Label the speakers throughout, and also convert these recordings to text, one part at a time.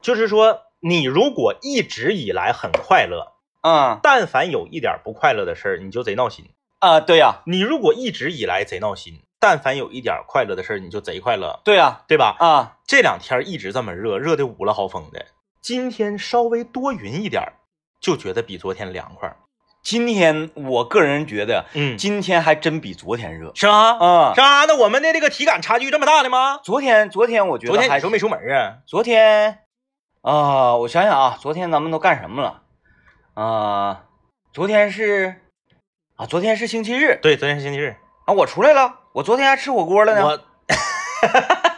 Speaker 1: 就是说，你如果一直以来很快乐，
Speaker 2: 嗯
Speaker 1: 但凡有一点不快乐的事儿，你就贼闹心。
Speaker 2: 啊，对呀，
Speaker 1: 你如果一直以来贼闹心，但凡有一点快乐的事儿，你就贼快乐，
Speaker 2: 对呀，
Speaker 1: 对吧？
Speaker 2: 啊，
Speaker 1: 这两天一直这么热，热的捂了豪风的。今天稍微多云一点儿，就觉得比昨天凉快儿。
Speaker 2: 今天我个人觉得，
Speaker 1: 嗯，
Speaker 2: 今天还真比昨天热
Speaker 1: 是吗？
Speaker 2: 啊
Speaker 1: 是。啊，那我们的这个体感差距这么大的吗？
Speaker 2: 昨天，昨天我觉
Speaker 1: 昨
Speaker 2: 得
Speaker 1: 天
Speaker 2: 还
Speaker 1: 你出没出门啊？
Speaker 2: 昨天啊，我想想啊，昨天咱们都干什么了？啊，昨天是啊，昨天是星期日
Speaker 1: 对，昨天是星期日，
Speaker 2: 啊，我出来了，我昨天还吃火锅了呢。
Speaker 1: 我。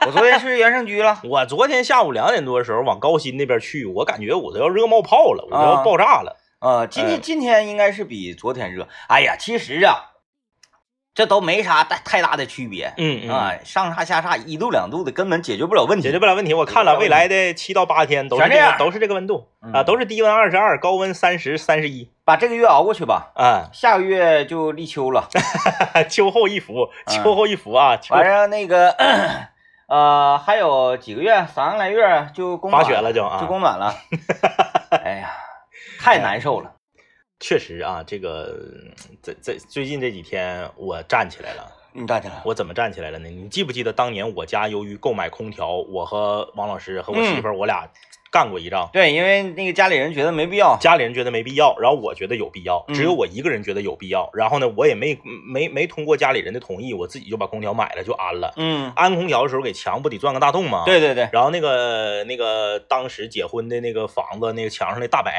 Speaker 2: 我昨天吃原胜居了
Speaker 1: 我昨天下午两点多的时候往高新那边去，我感觉我都要热冒泡了，我都
Speaker 2: 啊
Speaker 1: 要爆炸了。
Speaker 2: 呃，今天
Speaker 1: 嗯
Speaker 2: 今天应该是比昨天热。哎呀，其实啊，这都没啥大太大的区别。
Speaker 1: 嗯嗯
Speaker 2: 啊，上差下差一度两度的根本解决不了问题。
Speaker 1: 解决不了问题。我看了未来的七到八天都是
Speaker 2: 全这
Speaker 1: 这
Speaker 2: 样
Speaker 1: 个，都是这个温度
Speaker 2: 嗯
Speaker 1: 啊，都是低温二十二，高温三十三十一
Speaker 2: 把这个月熬过去吧，
Speaker 1: 啊。
Speaker 2: 下个月就立秋了。
Speaker 1: 秋后一伏，
Speaker 2: 嗯
Speaker 1: 秋后一伏啊，秋
Speaker 2: 完了那个，呃，还有几个月，三个来月就供满
Speaker 1: 发雪了就啊
Speaker 2: 就供 满了。哎呀，太难受
Speaker 1: 哎
Speaker 2: 了。
Speaker 1: 确实啊，这个嗯这这最近这几天我站起来了。
Speaker 2: 你站起来了，
Speaker 1: 我怎么站起来了呢？你记不记得当年我家由于购买空调，我和王老师和
Speaker 2: 嗯
Speaker 1: 我媳妇儿我俩干过一仗。
Speaker 2: 对，因为那个家里人觉得没必要。
Speaker 1: 家里人觉得没必要，然后我觉得有必要，
Speaker 2: 嗯
Speaker 1: 只有我一个人觉得有必要。然后呢，我也没没没通过家里人的同意，我自己就把空调买了，就安了。
Speaker 2: 嗯，
Speaker 1: 安空调的时候给墙不得钻个大洞吗？。
Speaker 2: 对对对，
Speaker 1: 然后那个那个当时结婚的那个房子，那个墙上的大柏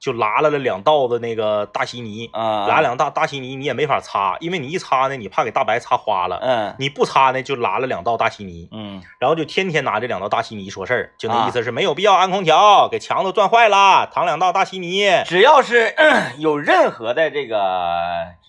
Speaker 1: 就拉了了两道子那个大稀泥，
Speaker 2: 啊，
Speaker 1: 拉两大大稀泥，你也没法擦，因为你一擦呢，你怕给大白擦花了；
Speaker 2: 嗯
Speaker 1: 你不擦呢，就拉了两道大稀泥，
Speaker 2: 嗯
Speaker 1: 然后就天天拿这两道大稀泥说事儿，就
Speaker 2: 啊
Speaker 1: 那意思是没有必要安空调，给墙都钻坏了，淌两道大稀泥。
Speaker 2: 只要是 有任何的这个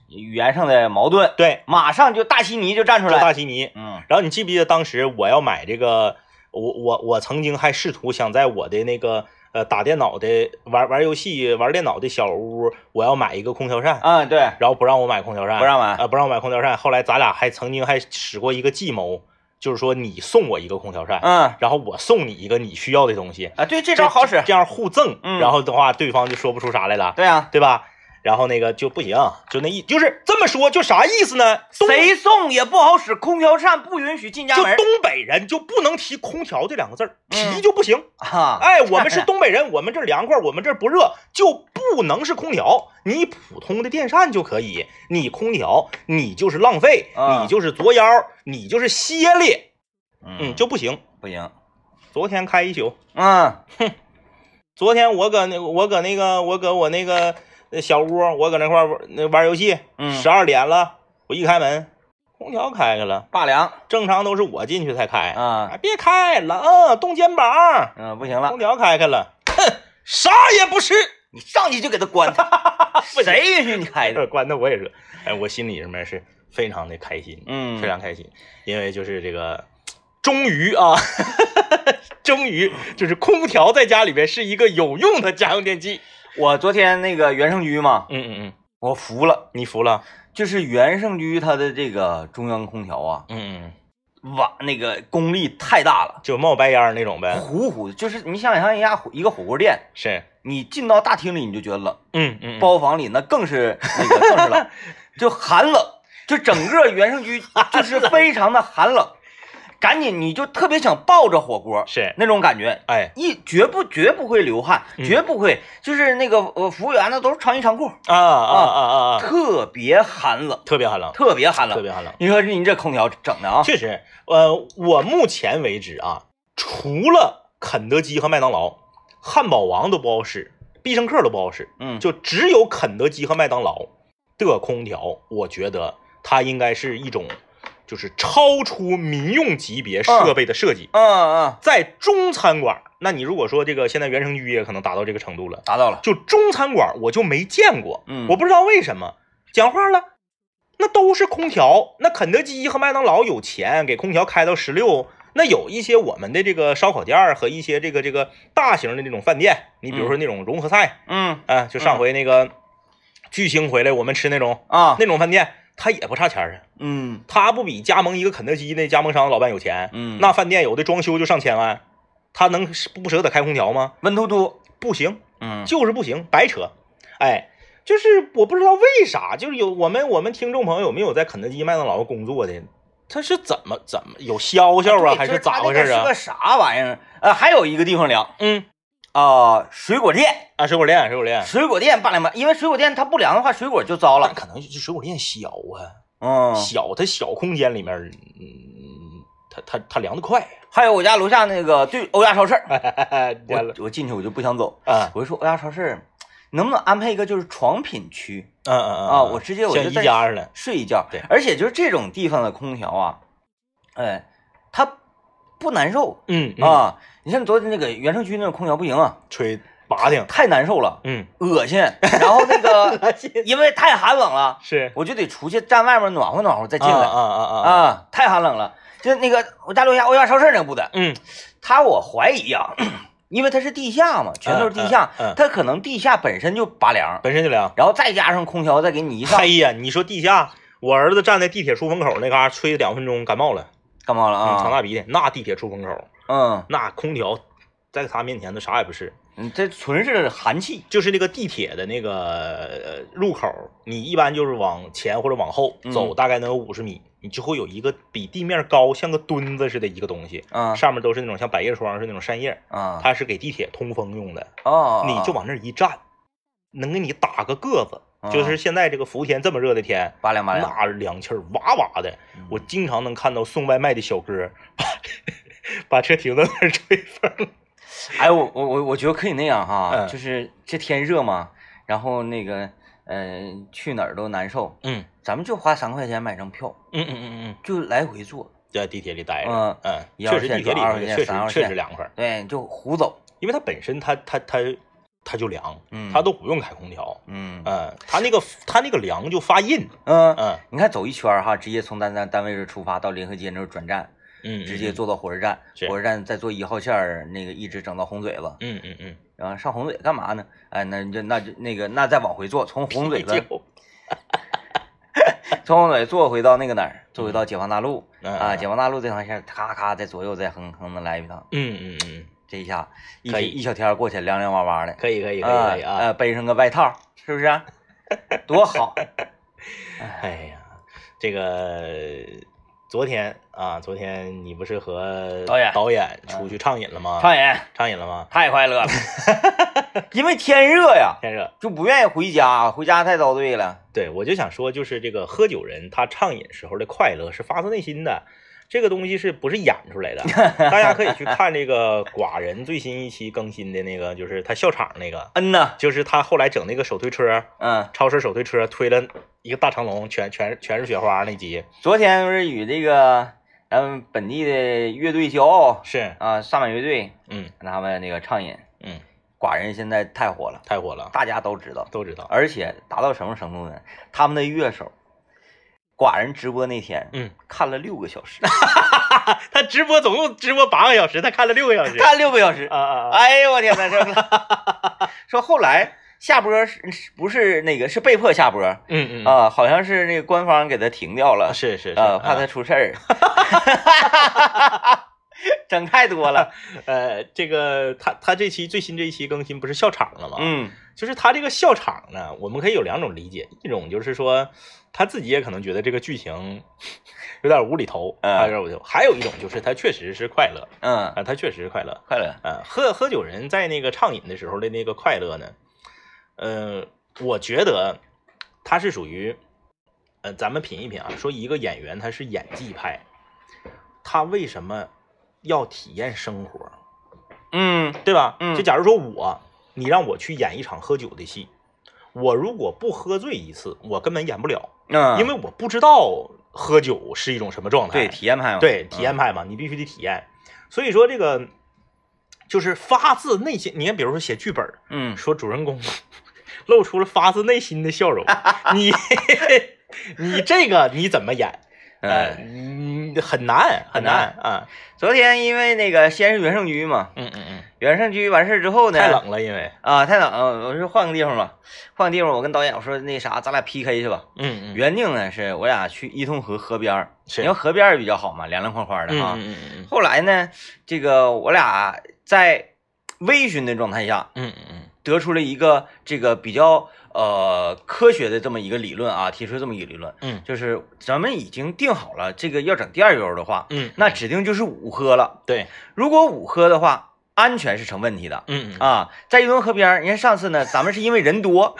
Speaker 2: 语言上的矛盾，
Speaker 1: 对，
Speaker 2: 马上就大悉尼就站出
Speaker 1: 就
Speaker 2: 来。
Speaker 1: 大稀泥。
Speaker 2: 嗯
Speaker 1: 然后你记不记得当时我要买这个，我我我曾经还试图想在我的那个呃打电脑的玩玩游戏玩电脑的小屋，我要买一个空调扇，
Speaker 2: 嗯，对，
Speaker 1: 然后不让我买空调扇，
Speaker 2: 不让买
Speaker 1: 啊、不让我买空调扇。后来咱俩还曾经还使过一个计谋，就是说你送我一个空调扇，
Speaker 2: 嗯
Speaker 1: 然后我送你一个你需要的东西，
Speaker 2: 啊，对，
Speaker 1: 这
Speaker 2: 这招好使。
Speaker 1: 这样互赠，
Speaker 2: 嗯
Speaker 1: 然后的话对方就说不出啥来了，
Speaker 2: 对啊，
Speaker 1: 对吧？然后那个就不行，就那意就是这么说，就啥意思呢？东
Speaker 2: 谁送也不好使，空调扇不允许进家
Speaker 1: 就
Speaker 2: 门。
Speaker 1: 东北人就不能提空调这两个字儿，
Speaker 2: 嗯
Speaker 1: 提就不行。
Speaker 2: 啊，
Speaker 1: 哎，我们是 东北人，我们这儿凉快，我们这儿不热，就不能是空调。你普通的电扇就可以，你空调你就是浪费，
Speaker 2: 啊
Speaker 1: 你就是作妖，你就是歇哩，嗯，就不行。
Speaker 2: 不行。
Speaker 1: 昨天开一宿，
Speaker 2: 嗯
Speaker 1: 昨天我搁那我搁那个我搁我那个呃小屋，我搁那块儿玩那玩游戏，
Speaker 2: 嗯
Speaker 1: 十二点了，我一开门，空调开开了，
Speaker 2: 霸凉
Speaker 1: 正常都是我进去才开，
Speaker 2: 啊，
Speaker 1: 哎别开，冷，冻肩膀。
Speaker 2: 嗯，不行了
Speaker 1: 空，调开开了，啊哼，啥也不是。
Speaker 2: 你上去就给他 关他，谁允许你开的？
Speaker 1: 关的我也热，哎，我心里面是非常的开心，
Speaker 2: 嗯
Speaker 1: 非常开心，因为就是这个，终于啊， 终于就是空调在家里边是一个有用的家用电器。
Speaker 2: 我昨天那个袁胜居嘛，
Speaker 1: 嗯嗯嗯，
Speaker 2: 我服了，
Speaker 1: 你服了？
Speaker 2: 就是袁胜居它的这个中央空调啊，
Speaker 1: 嗯嗯，
Speaker 2: 瓦那个功力太大了，
Speaker 1: 就冒白烟儿那种呗。
Speaker 2: 呼呼的，就是你想象一下一个火锅店，
Speaker 1: 是，
Speaker 2: 你进到大厅里你就觉得冷，
Speaker 1: 嗯嗯，嗯
Speaker 2: 包房里那更是那个更是 冷，就寒冷，就整个袁胜居就是非常的寒冷，赶紧你就特别想抱着火锅
Speaker 1: 是，
Speaker 2: 那种感觉，
Speaker 1: 哎
Speaker 2: 一绝不绝不会流汗，
Speaker 1: 嗯
Speaker 2: 绝不会，就是那个呃服务员呢都是长衣长裤，
Speaker 1: 啊啊啊啊啊，
Speaker 2: 特别寒冷，
Speaker 1: 特别寒冷，
Speaker 2: 特别寒
Speaker 1: 特
Speaker 2: 冷。
Speaker 1: 别寒冷。
Speaker 2: 你说你这空调整的啊，
Speaker 1: 确实，呃，我目前为止啊，除了肯德基和麦当劳，汉堡王都不好使，必胜客都不好使，
Speaker 2: 嗯，
Speaker 1: 就只有肯德基和麦当劳的空调，我觉得它应该是一种就是超出民用级别设备的设计。
Speaker 2: 嗯嗯，
Speaker 1: 在中餐馆，那你如果说这个现在原生居也可能达到这个程度了，
Speaker 2: 达到了，
Speaker 1: 就中餐馆我就没见过，
Speaker 2: 嗯
Speaker 1: 我不知道为什么。讲话了，那都是空调，那肯德基和麦当劳有钱给空调开到十六，那有一些我们的这个烧烤店儿和一些这个这个大型的那种饭店，你比如说那种融合菜，
Speaker 2: 嗯
Speaker 1: 啊，就上回那个巨星回来我们吃那种
Speaker 2: 啊，
Speaker 1: 那种饭店，它也不差钱儿啊，
Speaker 2: 嗯
Speaker 1: 它不比加盟一个肯德基那加盟商老板有钱，
Speaker 2: 嗯，
Speaker 1: 那饭店有的装修就上千万，他能是不舍得开空调吗？
Speaker 2: 温突突，
Speaker 1: 不行，
Speaker 2: 嗯，
Speaker 1: 就是不行，白扯。哎，就是我不知道为啥，就是有我们我们听众朋友有没有在肯德基、麦当劳工作的，他是怎么怎么有消消啊，
Speaker 2: 对
Speaker 1: 还
Speaker 2: 就是
Speaker 1: 咋
Speaker 2: 他
Speaker 1: 回
Speaker 2: 那
Speaker 1: 事
Speaker 2: 个是
Speaker 1: 啊
Speaker 2: 个？啥玩意儿？呃，还有一个地方凉
Speaker 1: 嗯，
Speaker 2: 啊、水果店，
Speaker 1: 啊，水果店，水果店，
Speaker 2: 水果店罢了嘛，因为水果店它不凉的话，水果就糟
Speaker 1: 但
Speaker 2: 了。
Speaker 1: 可能就是水果店小啊，
Speaker 2: 嗯，
Speaker 1: 小，它小空间里面，嗯，它它它凉的 快。
Speaker 2: 还有我家楼下那个对欧亚超市，
Speaker 1: 我
Speaker 2: 我我进去我就不想走，
Speaker 1: 啊，
Speaker 2: 我就说欧亚超市能不能安排一个就是床品区
Speaker 1: 嗯嗯嗯
Speaker 2: 啊？我直接我
Speaker 1: 像
Speaker 2: 就
Speaker 1: 宜
Speaker 2: 在
Speaker 1: 家似的，
Speaker 2: 睡一觉。
Speaker 1: 对
Speaker 2: 而且就是这种地方的空调啊，哎，它不难受
Speaker 1: 嗯，
Speaker 2: 啊。你像昨天那个原生区那种空调不行啊，
Speaker 1: 吹拔挺，
Speaker 2: 太难受了，
Speaker 1: 嗯，
Speaker 2: 恶心。然后那个 因为太寒冷了，
Speaker 1: 是
Speaker 2: 我就得出去站外面暖和暖和再进
Speaker 1: 啊
Speaker 2: 来
Speaker 1: 啊啊啊，
Speaker 2: 啊，太寒冷了。就那个我家楼下欧亚超市那个部的，
Speaker 1: 嗯，
Speaker 2: 他我怀疑啊， 因为它是地下嘛，全都是地下
Speaker 1: 嗯嗯嗯，
Speaker 2: 它可能地下本身就拔凉，
Speaker 1: 本身就凉。
Speaker 2: 然后再加上空调再给你一上
Speaker 1: 哎，呀，你说地下，我儿子站在地铁出风口那嘎、吹两分钟，感冒了，
Speaker 2: 感冒了
Speaker 1: 嗯擤
Speaker 2: 啊，
Speaker 1: 大鼻涕。那地铁出风口，
Speaker 2: 嗯，
Speaker 1: 那空调在他面前那啥也不是，
Speaker 2: 你嗯这纯是寒气，
Speaker 1: 就是那个地铁的那个呃入口，你一般就是往前或者往后走，
Speaker 2: 嗯
Speaker 1: 大概能有五十米，你就会有一个比地面高，像个墩子似的一个东西，
Speaker 2: 啊
Speaker 1: 上面都是那种像百叶窗是那种扇叶，
Speaker 2: 啊，
Speaker 1: 它是给地铁通风用的。
Speaker 2: 哦，
Speaker 1: 你就往那儿一站，能给你打个个子。
Speaker 2: 啊
Speaker 1: 就是现在这个伏天这么热的天，
Speaker 2: 拔凉嗯拔凉，
Speaker 1: 那凉气儿哇哇的。我经常能看到送外卖的小哥把 把车停到那儿吹风。
Speaker 2: 哎，我我我我觉得可以那样哈，
Speaker 1: 嗯
Speaker 2: 就是这天热嘛，然后那个呃去哪儿都难受，
Speaker 1: 嗯
Speaker 2: 咱们就花三块钱买张票，
Speaker 1: 嗯嗯嗯嗯，
Speaker 2: 就来回坐，
Speaker 1: 在地铁里待着，
Speaker 2: 嗯，
Speaker 1: 嗯，
Speaker 2: 一号
Speaker 1: 确实
Speaker 2: 线
Speaker 1: 地铁里
Speaker 2: 转二号线
Speaker 1: 确实
Speaker 2: 三号线
Speaker 1: 确实凉快，
Speaker 2: 对，就胡走，
Speaker 1: 因为它本身它它它它就凉，
Speaker 2: 嗯，
Speaker 1: 它都不用开空调。
Speaker 2: 嗯
Speaker 1: 嗯，它那个它那个凉就发硬。
Speaker 2: 嗯。
Speaker 1: 嗯
Speaker 2: 你看走一圈儿哈，直接从单单单位这出发到临河街那儿转站，
Speaker 1: 嗯，
Speaker 2: 直接坐到火车站，
Speaker 1: 是
Speaker 2: 火车站再坐一号线儿，那个一直整到红嘴子，
Speaker 1: 嗯嗯嗯，
Speaker 2: 然后上红嘴干嘛呢？哎，那你就那就那个那再往回坐，从红嘴
Speaker 1: 啤
Speaker 2: 子
Speaker 1: 酒
Speaker 2: 从红嘴坐回到那个哪儿，坐回到解放大路啊，
Speaker 1: 嗯
Speaker 2: 解放大路这条线儿咔咔在左右再横横的来一趟，
Speaker 1: 嗯嗯嗯，
Speaker 2: 这一下一
Speaker 1: 可以
Speaker 2: 一小天儿过去凉凉哇哇的，
Speaker 1: 可以可以可以
Speaker 2: 啊
Speaker 1: 可以啊。
Speaker 2: 呃背上个外套是不 是啊？多好，
Speaker 1: 哎呀，这个昨天啊，昨天你不是和
Speaker 2: 导演嗯
Speaker 1: 导演出去畅饮了吗？
Speaker 2: 畅饮
Speaker 1: 畅饮了吗？
Speaker 2: 太快乐了， 因为天热呀，
Speaker 1: 先生，
Speaker 2: 就不愿意回家，回家太遭罪了。
Speaker 1: 对我就想说，就是这个喝酒人他畅饮时候的快乐是发自内心的。这个东西是不是演出来的？大家可以去看这个寡人最新一期更新的那个，就是他笑场那个，
Speaker 2: 嗯呐，
Speaker 1: 就是他后来整那个手推车，
Speaker 2: 嗯，
Speaker 1: 超市手推车推了一个大长龙，全全全是雪花那集，
Speaker 2: 昨天不是与这个咱们本地的乐队骄傲
Speaker 1: 是，
Speaker 2: 啊，萨满乐队，
Speaker 1: 嗯
Speaker 2: 他们那个畅饮，
Speaker 1: 嗯，
Speaker 2: 寡人现在太火了，
Speaker 1: 太火了，
Speaker 2: 大家都知道，
Speaker 1: 都知道，
Speaker 2: 而且达到什么程度呢？他们的乐手，寡人直播那天
Speaker 1: 嗯。
Speaker 2: 看了六个小 时，
Speaker 1: 他直播总共直播八个小时，他看了六个小时。
Speaker 2: 看六个小时，
Speaker 1: 啊啊啊！
Speaker 2: 哎呦我天呐，这 说后来下播是是不是那个是被迫下播
Speaker 1: 嗯嗯
Speaker 2: 啊？好像是那个官方给他停掉了，
Speaker 1: 是是是，
Speaker 2: 啊，怕他
Speaker 1: 啊
Speaker 2: 出事儿， 整太 多了。
Speaker 1: 呃，这个他他这期最新这一期更新不是笑场了吗？，
Speaker 2: 嗯
Speaker 1: 就是他这个笑场呢，我们可以有两种理解，一种就是说他自己也可能觉得这个剧情有点无厘头，
Speaker 2: 嗯
Speaker 1: 啊，有点无厘头。还有一种就是他确实是快乐
Speaker 2: 嗯，
Speaker 1: 啊，他确实是快乐。
Speaker 2: 快乐。
Speaker 1: 呃，喝喝酒人在那个畅饮的时候的那个快乐呢，呃，我觉得他是属于，呃，咱们品一品啊，说一个演员他是演技派，他为什么要体验生活，
Speaker 2: 嗯
Speaker 1: 对吧？
Speaker 2: 嗯
Speaker 1: 就假如说我，你让我去演一场喝酒的戏，我如果不喝醉一次，我根本演不了，
Speaker 2: 嗯，
Speaker 1: 因为我不知道喝酒是一种什么状态。
Speaker 2: 对体验派嗯嘛，
Speaker 1: 对，体验派嘛，你必须得体验。所以说这个就是发自内心，你看，比如说写剧本儿，
Speaker 2: 嗯。
Speaker 1: 说主人公 露出了发自内心的笑 容，你 你这个你怎么演？呃，
Speaker 2: 嗯，
Speaker 1: 嗯很难很难啊，
Speaker 2: 昨天因为那个先是袁胜居嘛，
Speaker 1: 嗯嗯嗯，
Speaker 2: 袁胜居完事儿之后呢，
Speaker 1: 太冷了，因为
Speaker 2: 啊，太冷，呃我说换个地方吧，换个地方，我跟导演我说那啥，咱俩 PK 去吧。
Speaker 1: 嗯嗯
Speaker 2: 原定呢是我俩去伊通河河边儿，
Speaker 1: 是
Speaker 2: 啊你要河边儿比较好嘛，凉凉快快的
Speaker 1: 嗯
Speaker 2: 哈。
Speaker 1: 嗯嗯嗯
Speaker 2: 后来呢，这个我俩在微醺的状态下
Speaker 1: 嗯嗯嗯，
Speaker 2: 得出了一个这个比较呃科学的这么一个理论啊，提出这么一个理论，
Speaker 1: 嗯
Speaker 2: 就是咱们已经定好了这个要整第二悠的话，
Speaker 1: 嗯，
Speaker 2: 那指定就是五喝了。
Speaker 1: 对，
Speaker 2: 如果五喝的话，安全是成问题的。
Speaker 1: 嗯嗯
Speaker 2: 啊，在玉龙河边儿，你看上次呢，咱们是因为人多，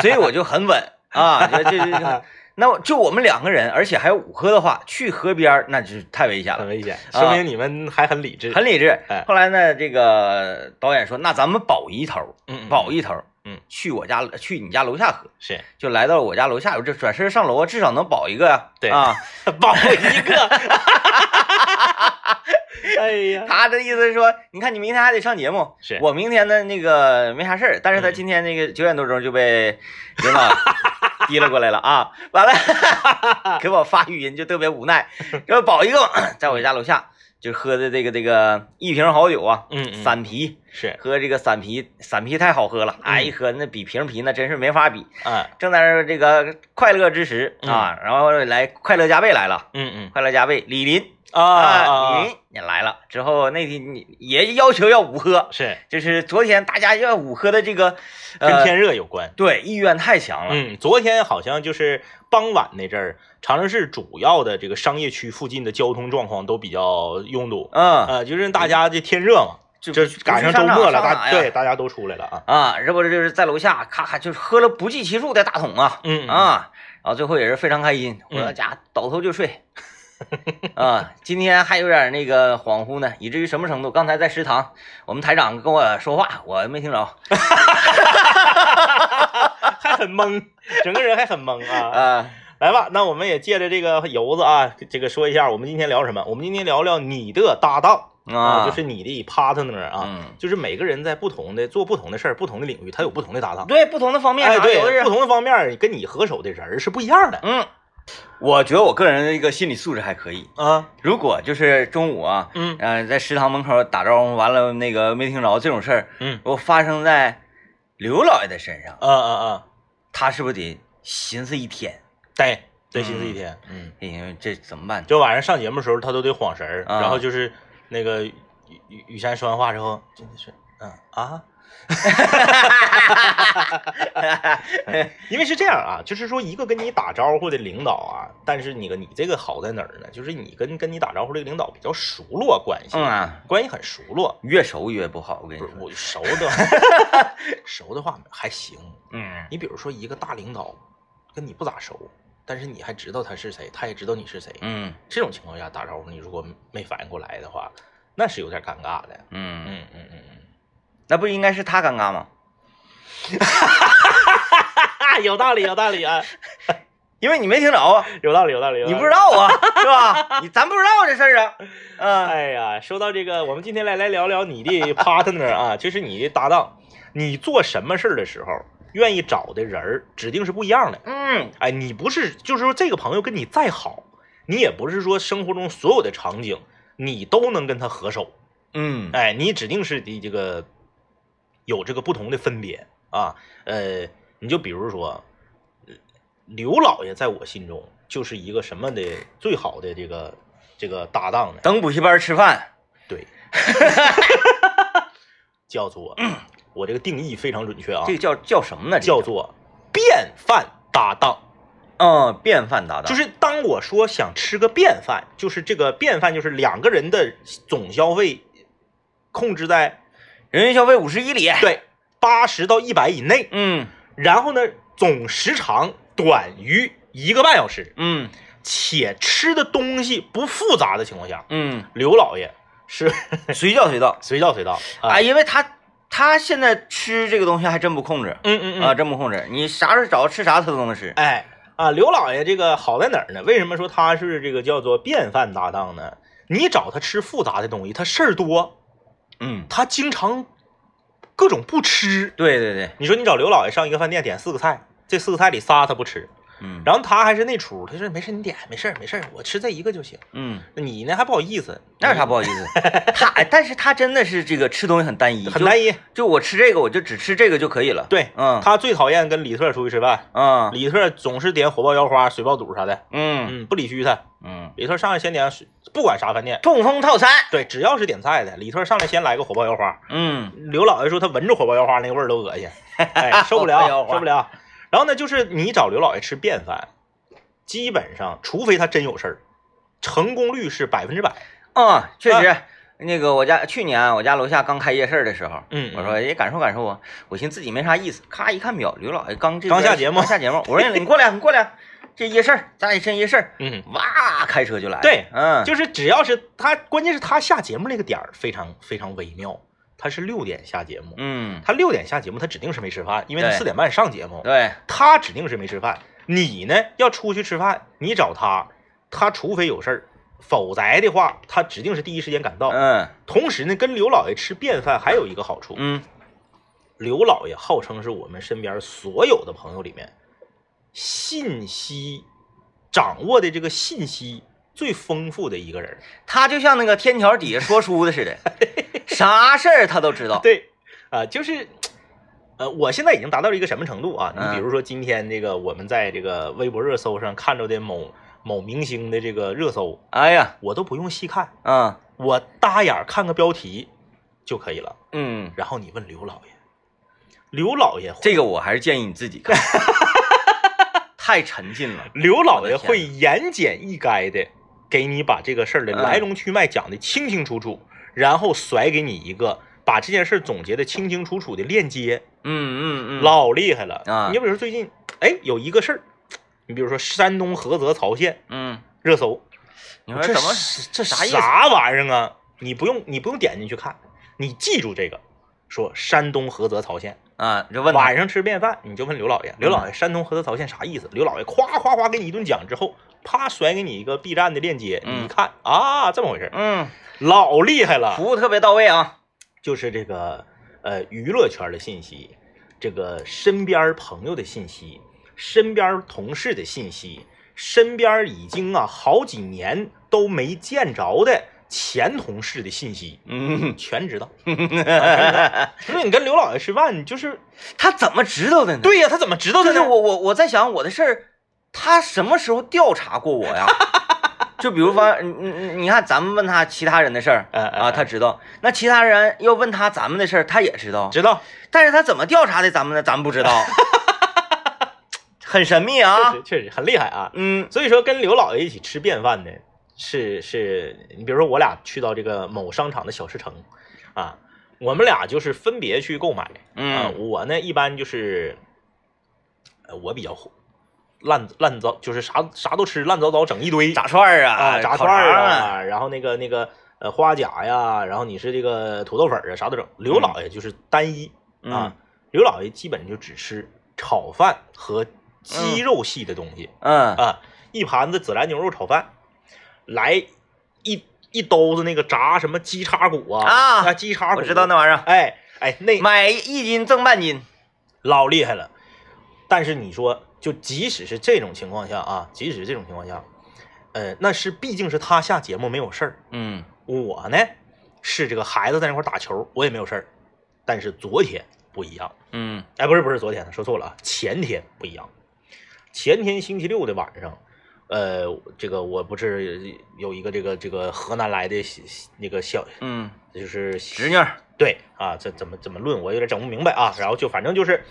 Speaker 2: 所以我就很稳啊，这这这，那我就我们两个人，而且还有五喝的话，去河边儿那就是太危险
Speaker 1: 很
Speaker 2: 了，
Speaker 1: 危险，
Speaker 2: 啊
Speaker 1: 说明你们还很理智，
Speaker 2: 很理智
Speaker 1: 哎。
Speaker 2: 后来呢，这个导演说，那咱们保一头儿，
Speaker 1: 嗯
Speaker 2: 保一头，
Speaker 1: 嗯，
Speaker 2: 去我家，去你家楼下喝，
Speaker 1: 是
Speaker 2: 就来到我家楼下，我这转身上楼啊，至少能保一个呀，
Speaker 1: 对
Speaker 2: 啊，
Speaker 1: 保一个， 哎呀，
Speaker 2: 他的意思是说，你看你明天还得上节目，
Speaker 1: 是
Speaker 2: 我明天呢那个没啥事儿，但是他
Speaker 1: 嗯
Speaker 2: 今天那个九点多钟就 被领导提了过来了啊，完了给我发语音就特别无奈，这保一个在我家楼下就喝的这个这个一瓶好酒啊，
Speaker 1: 嗯嗯
Speaker 2: 散啤，
Speaker 1: 是，
Speaker 2: 喝这个散啤，散啤太好喝了，哎一喝那比瓶啤那真是没法比，
Speaker 1: 嗯
Speaker 2: 正在那儿这个快乐之时啊，然后来快乐加倍来了，
Speaker 1: 嗯嗯
Speaker 2: 快乐加倍李林。
Speaker 1: 啊
Speaker 2: 啊，，你也来了之后，那天你也要求要五喝，
Speaker 1: 是
Speaker 2: 就是昨天大家要五喝的这个，
Speaker 1: 跟
Speaker 2: 呃，
Speaker 1: 天热有关。
Speaker 2: 对意愿太强了，
Speaker 1: 嗯，昨天好像就是傍晚那阵儿，长春市主要的这个商业区附近的交通状况都比较拥堵，
Speaker 2: 嗯，
Speaker 1: 呃，就是大家这天热嘛，
Speaker 2: 就
Speaker 1: 这赶上周末了，大对
Speaker 2: 对
Speaker 1: 大家都出来了啊。
Speaker 2: 啊，这不就是在楼下咔咔就是喝了不计其数的大桶啊，
Speaker 1: 嗯，
Speaker 2: 啊，然后最后也是非常开心，回到
Speaker 1: 嗯
Speaker 2: 家倒头就睡，啊，今天还有点那个恍惚呢，以至于什么程度？刚才在食堂，我们台长跟我说话，我没听着，
Speaker 1: 还很懵，整个人还很懵啊。
Speaker 2: 啊，
Speaker 1: 来吧，那我们也借着这个由子啊，这个说一下我们今天聊什么。我们今天聊聊你的搭档
Speaker 2: 啊，
Speaker 1: 就是你的 partner 啊，
Speaker 2: 嗯，
Speaker 1: 就是每个人在不同的做不同的事儿、不同的领域，他有不同的搭档。
Speaker 2: 对不同的方面
Speaker 1: 哎，
Speaker 2: 啥有的
Speaker 1: 对，
Speaker 2: 是
Speaker 1: 不同的方面跟你合手的人儿是不一样的
Speaker 2: 嗯，我觉得我个人的一个心理素质还可以。
Speaker 1: 啊。
Speaker 2: 如果就是中午啊，
Speaker 1: 嗯
Speaker 2: 呃，在食堂门口打招呼，完了那个没听着这种事儿，
Speaker 1: 嗯，
Speaker 2: 如果发生在刘老爷的身上，
Speaker 1: 啊啊啊，
Speaker 2: 他是不是得寻思一天？
Speaker 1: 对，得寻思一天，嗯，
Speaker 2: 哎呦，这怎么办？
Speaker 1: 就晚上上节目的时候，他都得晃神儿，
Speaker 2: 啊
Speaker 1: 然后就是那个雨雨雨山说完话之后，真的是，嗯啊， 因为是这样啊，就是说一个跟你打招呼的领导啊，但是你个你这个好在哪儿呢？就是你跟跟你打招呼这个领导比较熟络关系，
Speaker 2: 嗯啊，
Speaker 1: 关系很熟络，
Speaker 2: 越熟越不好，我跟你
Speaker 1: 不是
Speaker 2: 说。
Speaker 1: 我熟的 熟的话还行，
Speaker 2: 嗯
Speaker 1: 你比如说一个大领导跟你不咋熟，但是你还知道他是谁，他也知道你是谁，
Speaker 2: 嗯
Speaker 1: 这种情况下打招呼，你如果没反应过来的话，那是有点尴尬的。
Speaker 2: 嗯，
Speaker 1: 嗯嗯嗯 嗯，
Speaker 2: 那不应该是他尴尬吗？
Speaker 1: 啊，有道理，有道理啊，
Speaker 2: 因为你没听 着啊，
Speaker 1: 有道理，有道理。有道理
Speaker 2: 你不知？道啊，是吧？你咱不知道这事儿啊，嗯、
Speaker 1: 哎呀，说到这个，我们今天来来聊聊你 的 partner 啊，就是你的搭档，你做什么事儿的时候，愿意找的人儿指定是不一样的。
Speaker 2: 嗯，
Speaker 1: 哎，你不是，就是说这个朋友跟你再好，你也不是说生活中所有的场景你都能跟他合手，
Speaker 2: 嗯，
Speaker 1: 哎，你指定是的这个有这个不同的分别啊。呃，你就比如说，呃刘老爷在我心中就是一个什么的最好的这个这个搭档呢？
Speaker 2: 等补习班吃饭，
Speaker 1: 对， 叫做我这个定义非常准确啊
Speaker 2: 这，个叫叫什么呢？这
Speaker 1: 叫
Speaker 2: 个
Speaker 1: 做便饭搭档。
Speaker 2: 嗯，便饭搭档
Speaker 1: 就是当我说想吃个便饭，就是这个便饭就是两个人的总消费控制在
Speaker 2: 人均消费五十一里。
Speaker 1: 对八十到一百以内，
Speaker 2: 嗯
Speaker 1: 然后呢总时长短于一个半小时，
Speaker 2: 嗯
Speaker 1: 且吃的东西不复杂的情况下，
Speaker 2: 嗯，
Speaker 1: 刘老爷是
Speaker 2: 随叫随到。
Speaker 1: 随到 随到啊，
Speaker 2: 啊，因为他他现在吃这个东西还真不控制
Speaker 1: 嗯嗯嗯
Speaker 2: 啊，真不控制。你啥时候找他吃啥，他都能吃。
Speaker 1: 哎啊，刘老爷这个好在哪儿呢？为什么说他是这个叫做便饭搭档呢？你找他吃复杂的东西，他事儿多，
Speaker 2: 嗯，
Speaker 1: 他经常各种不吃。
Speaker 2: 对对对，
Speaker 1: 你说你找刘老爷上一个饭店点四个菜，这四个菜里仨他不吃，
Speaker 2: 嗯，
Speaker 1: 然后他还是那出，他说没事，你点，没事儿没事儿，我吃这一个就行。
Speaker 2: 嗯，
Speaker 1: 你呢还不好意思，
Speaker 2: 那有啥不好 意思？他哎但是他真的是这个吃东西很单一，
Speaker 1: 很单
Speaker 2: 一。
Speaker 1: 一。
Speaker 2: 就我吃这个，我就只吃这个就可以了。，
Speaker 1: 对，
Speaker 2: 嗯，
Speaker 1: 他最讨厌跟李特出去吃饭，
Speaker 2: 嗯
Speaker 1: 李特总是点火爆腰花、水爆肚啥的，
Speaker 2: 嗯
Speaker 1: 嗯，不理虚他。
Speaker 2: 嗯，
Speaker 1: 李特上来先点水，不管啥饭店，
Speaker 2: 痛风套餐。
Speaker 1: 对，只要是点菜的，李特上来先来个火爆腰花。
Speaker 2: 嗯
Speaker 1: 刘老爷说他闻着火爆腰花那个味儿都 恶心，哎，受不
Speaker 2: 火爆腰
Speaker 1: 了，
Speaker 2: 花
Speaker 1: 受不了。然后呢，就是你找刘老爷吃便饭，基本上除非他真有事儿，成功率是百分之百。
Speaker 2: 嗯，确实，
Speaker 1: 啊
Speaker 2: 那个我家去年啊我家楼下刚开夜市的时候，
Speaker 1: 嗯
Speaker 2: 我说也感受感受啊，我寻思自己没啥意思，咔一看表，刘老爷哎刚这
Speaker 1: 刚
Speaker 2: 边
Speaker 1: 下节目
Speaker 2: 刚下节目，我说哎你过来，你过来，这夜市儿，咱也趁夜市儿，
Speaker 1: 嗯，
Speaker 2: 哇，开车就来了。
Speaker 1: 对
Speaker 2: 嗯，
Speaker 1: 就是只要是他，关键是他下节目那个点儿非常非常微妙，他是六点下节目，
Speaker 2: 嗯，
Speaker 1: 他六点下节目，他指定是没吃饭，因为他
Speaker 2: 对
Speaker 1: 四点半上节目，
Speaker 2: 对，
Speaker 1: 他指定是没吃饭。你呢，要出去吃饭，你找他，他除非有事儿，否则的话，他指定是第一时间赶到。
Speaker 2: 嗯
Speaker 1: 同时呢，跟刘老爷吃便饭还有一个好处，
Speaker 2: 嗯，
Speaker 1: 刘老爷号称是我们身边所有的朋友里面信息掌握的这个信息最丰富的一个人。
Speaker 2: 他就像那个天桥底下说书的 似的，啥事儿他都知道。
Speaker 1: 对，啊、就是，呃，我现在已经达到了一个什么程度啊？你比
Speaker 2: 嗯
Speaker 1: 如说今天这个我们在这个微博热搜上看着的某某明星的这个热搜，
Speaker 2: 哎呀，
Speaker 1: 我都不用细看，
Speaker 2: 嗯
Speaker 1: 我搭眼儿看个标题就可以了。
Speaker 2: 嗯，
Speaker 1: 然后你问刘老爷，刘老爷会，
Speaker 2: 这个我还是建议你自己 看，太沉浸了。
Speaker 1: 刘老爷
Speaker 2: 我的天
Speaker 1: 会言简意赅的给你把这个事儿的
Speaker 2: 嗯
Speaker 1: 来龙去脉讲的清清楚楚，然后甩给你一个。把这件事儿总结的清清楚楚的链接，
Speaker 2: 嗯嗯嗯，
Speaker 1: 老厉害了
Speaker 2: 啊
Speaker 1: 你就比如说最近，哎，有一个事儿，你比如说山东菏泽曹县
Speaker 2: 嗯，
Speaker 1: 热搜，
Speaker 2: 你说
Speaker 1: 这
Speaker 2: 哎怎么？
Speaker 1: 是这
Speaker 2: 啥意思
Speaker 1: 啥玩意儿啊？你不用你不用点进去看，你记住这个，说山东菏泽曹县
Speaker 2: 啊，你就问嗯他，
Speaker 1: 晚上吃便饭，你就问刘老爷，刘老爷山东菏泽曹县啥意思？刘老爷夸夸夸给你一顿讲之后，啪甩给你一个 B 站的链接，
Speaker 2: 嗯
Speaker 1: 你一看啊，这么回事儿，
Speaker 2: 嗯，
Speaker 1: 老厉害了
Speaker 2: 服，务特别到位啊。
Speaker 1: 就是这个呃娱乐圈的信息，这个身边朋友的信息，身边同事的信息，身边已经啊好几年都没见着的前同事的信息，
Speaker 2: 嗯，
Speaker 1: 全知道。所以你跟刘老爷吃饭，你就是
Speaker 2: 他怎么知道的呢？
Speaker 1: 对呀、他怎么知道
Speaker 2: 就
Speaker 1: 的
Speaker 2: 是
Speaker 1: 呢？
Speaker 2: 我我我在想我的事儿，他什么时候调查过我 呀？就比如说，你你你看，咱们问他其他人的事儿
Speaker 1: 嗯嗯
Speaker 2: 啊，
Speaker 1: 嗯
Speaker 2: 他知道。那其他人要问他咱们的事儿，他也知道。
Speaker 1: 知道，
Speaker 2: 但是他怎么调查的咱们呢？咱们不 知道，很神秘
Speaker 1: 确
Speaker 2: 啊
Speaker 1: 实。确实很厉害啊。
Speaker 2: 嗯
Speaker 1: 所以说跟刘老爷一起吃便饭呢，是是，你比如说我俩去到这个某商场的小吃城，啊，我们俩就是分别去购买，啊，
Speaker 2: 嗯
Speaker 1: 我呢一般就是，呃，我比较火烂烂糟，就是啥啥都吃，烂糟糟整一堆，
Speaker 2: 炸串儿
Speaker 1: 啊
Speaker 2: 啊，
Speaker 1: 炸
Speaker 2: 烤
Speaker 1: 串儿
Speaker 2: 肠，
Speaker 1: 啊，然后那个那个呃花甲呀，然后你是这个土豆粉儿啊，啥都整。刘老爷就是单一、啊
Speaker 2: 嗯，
Speaker 1: 刘老爷基本就只吃炒饭和鸡肉系的东西。
Speaker 2: 嗯
Speaker 1: 啊，一盘子孜然牛肉炒饭，来一一兜子那个炸什么鸡叉骨啊
Speaker 2: 啊
Speaker 1: 鸡叉骨，
Speaker 2: 我知道那玩意儿，
Speaker 1: 哎哎，那
Speaker 2: 买一斤赠半斤。
Speaker 1: 老厉害了。但是你说，就即使是这种情况下啊，即使这种情况下，呃，那是毕竟是他下节目没有事儿，
Speaker 2: 嗯
Speaker 1: 我呢是这个孩子在那块儿打球，我也没有事儿。但是昨天不一样，
Speaker 2: 嗯
Speaker 1: 哎，不是不是昨天，说错了啊，前天不一样。前天星期六的晚上，呃，这个我不是有一个这个这个河南来的小那个小，
Speaker 2: 嗯，
Speaker 1: 就是
Speaker 2: 侄女儿，
Speaker 1: 对啊，这怎么怎么论，我有点整不明白啊。然后就反正就是，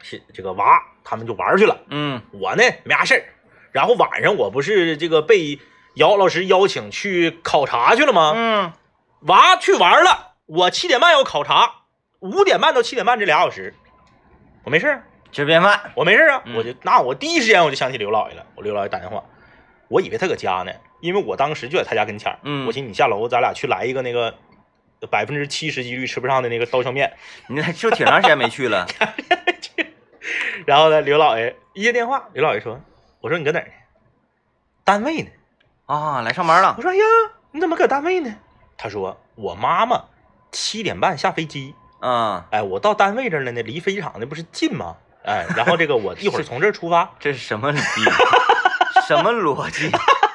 Speaker 1: 是这个娃他们就玩去了，
Speaker 2: 嗯
Speaker 1: 我呢没啥事儿。然后晚上我不是这个被姚老师邀请去考察去了吗？
Speaker 2: 嗯
Speaker 1: 娃去玩了，我七点半要考察，五点半到七点半这俩小时，我没事儿，啊
Speaker 2: 吃便饭。
Speaker 1: 我没事儿啊，
Speaker 2: 嗯
Speaker 1: 我就那我第一时间我就想起刘老爷了，我刘老爷打电话，我以为他搁家呢，因为我当时就在他家跟前儿，
Speaker 2: 嗯
Speaker 1: 我寻思你下楼，咱俩去来一个那个百分之七十几率吃不上的那个刀削面，
Speaker 2: 你看，就挺长时间没 去了。
Speaker 1: 然后呢，刘老爷一接电话，刘老爷说，我说你搁哪儿呢？单位呢？
Speaker 2: 啊，来上班了
Speaker 1: 我。说哎呀，你怎么搁单位呢？他说我妈妈七点半下飞机，
Speaker 2: 嗯
Speaker 1: 哎，我到单位这儿了呢，离飞机场那不是近吗？哎，然后这个 我一会儿从这儿出发，
Speaker 2: 这是什么逻辑？什么 逻辑？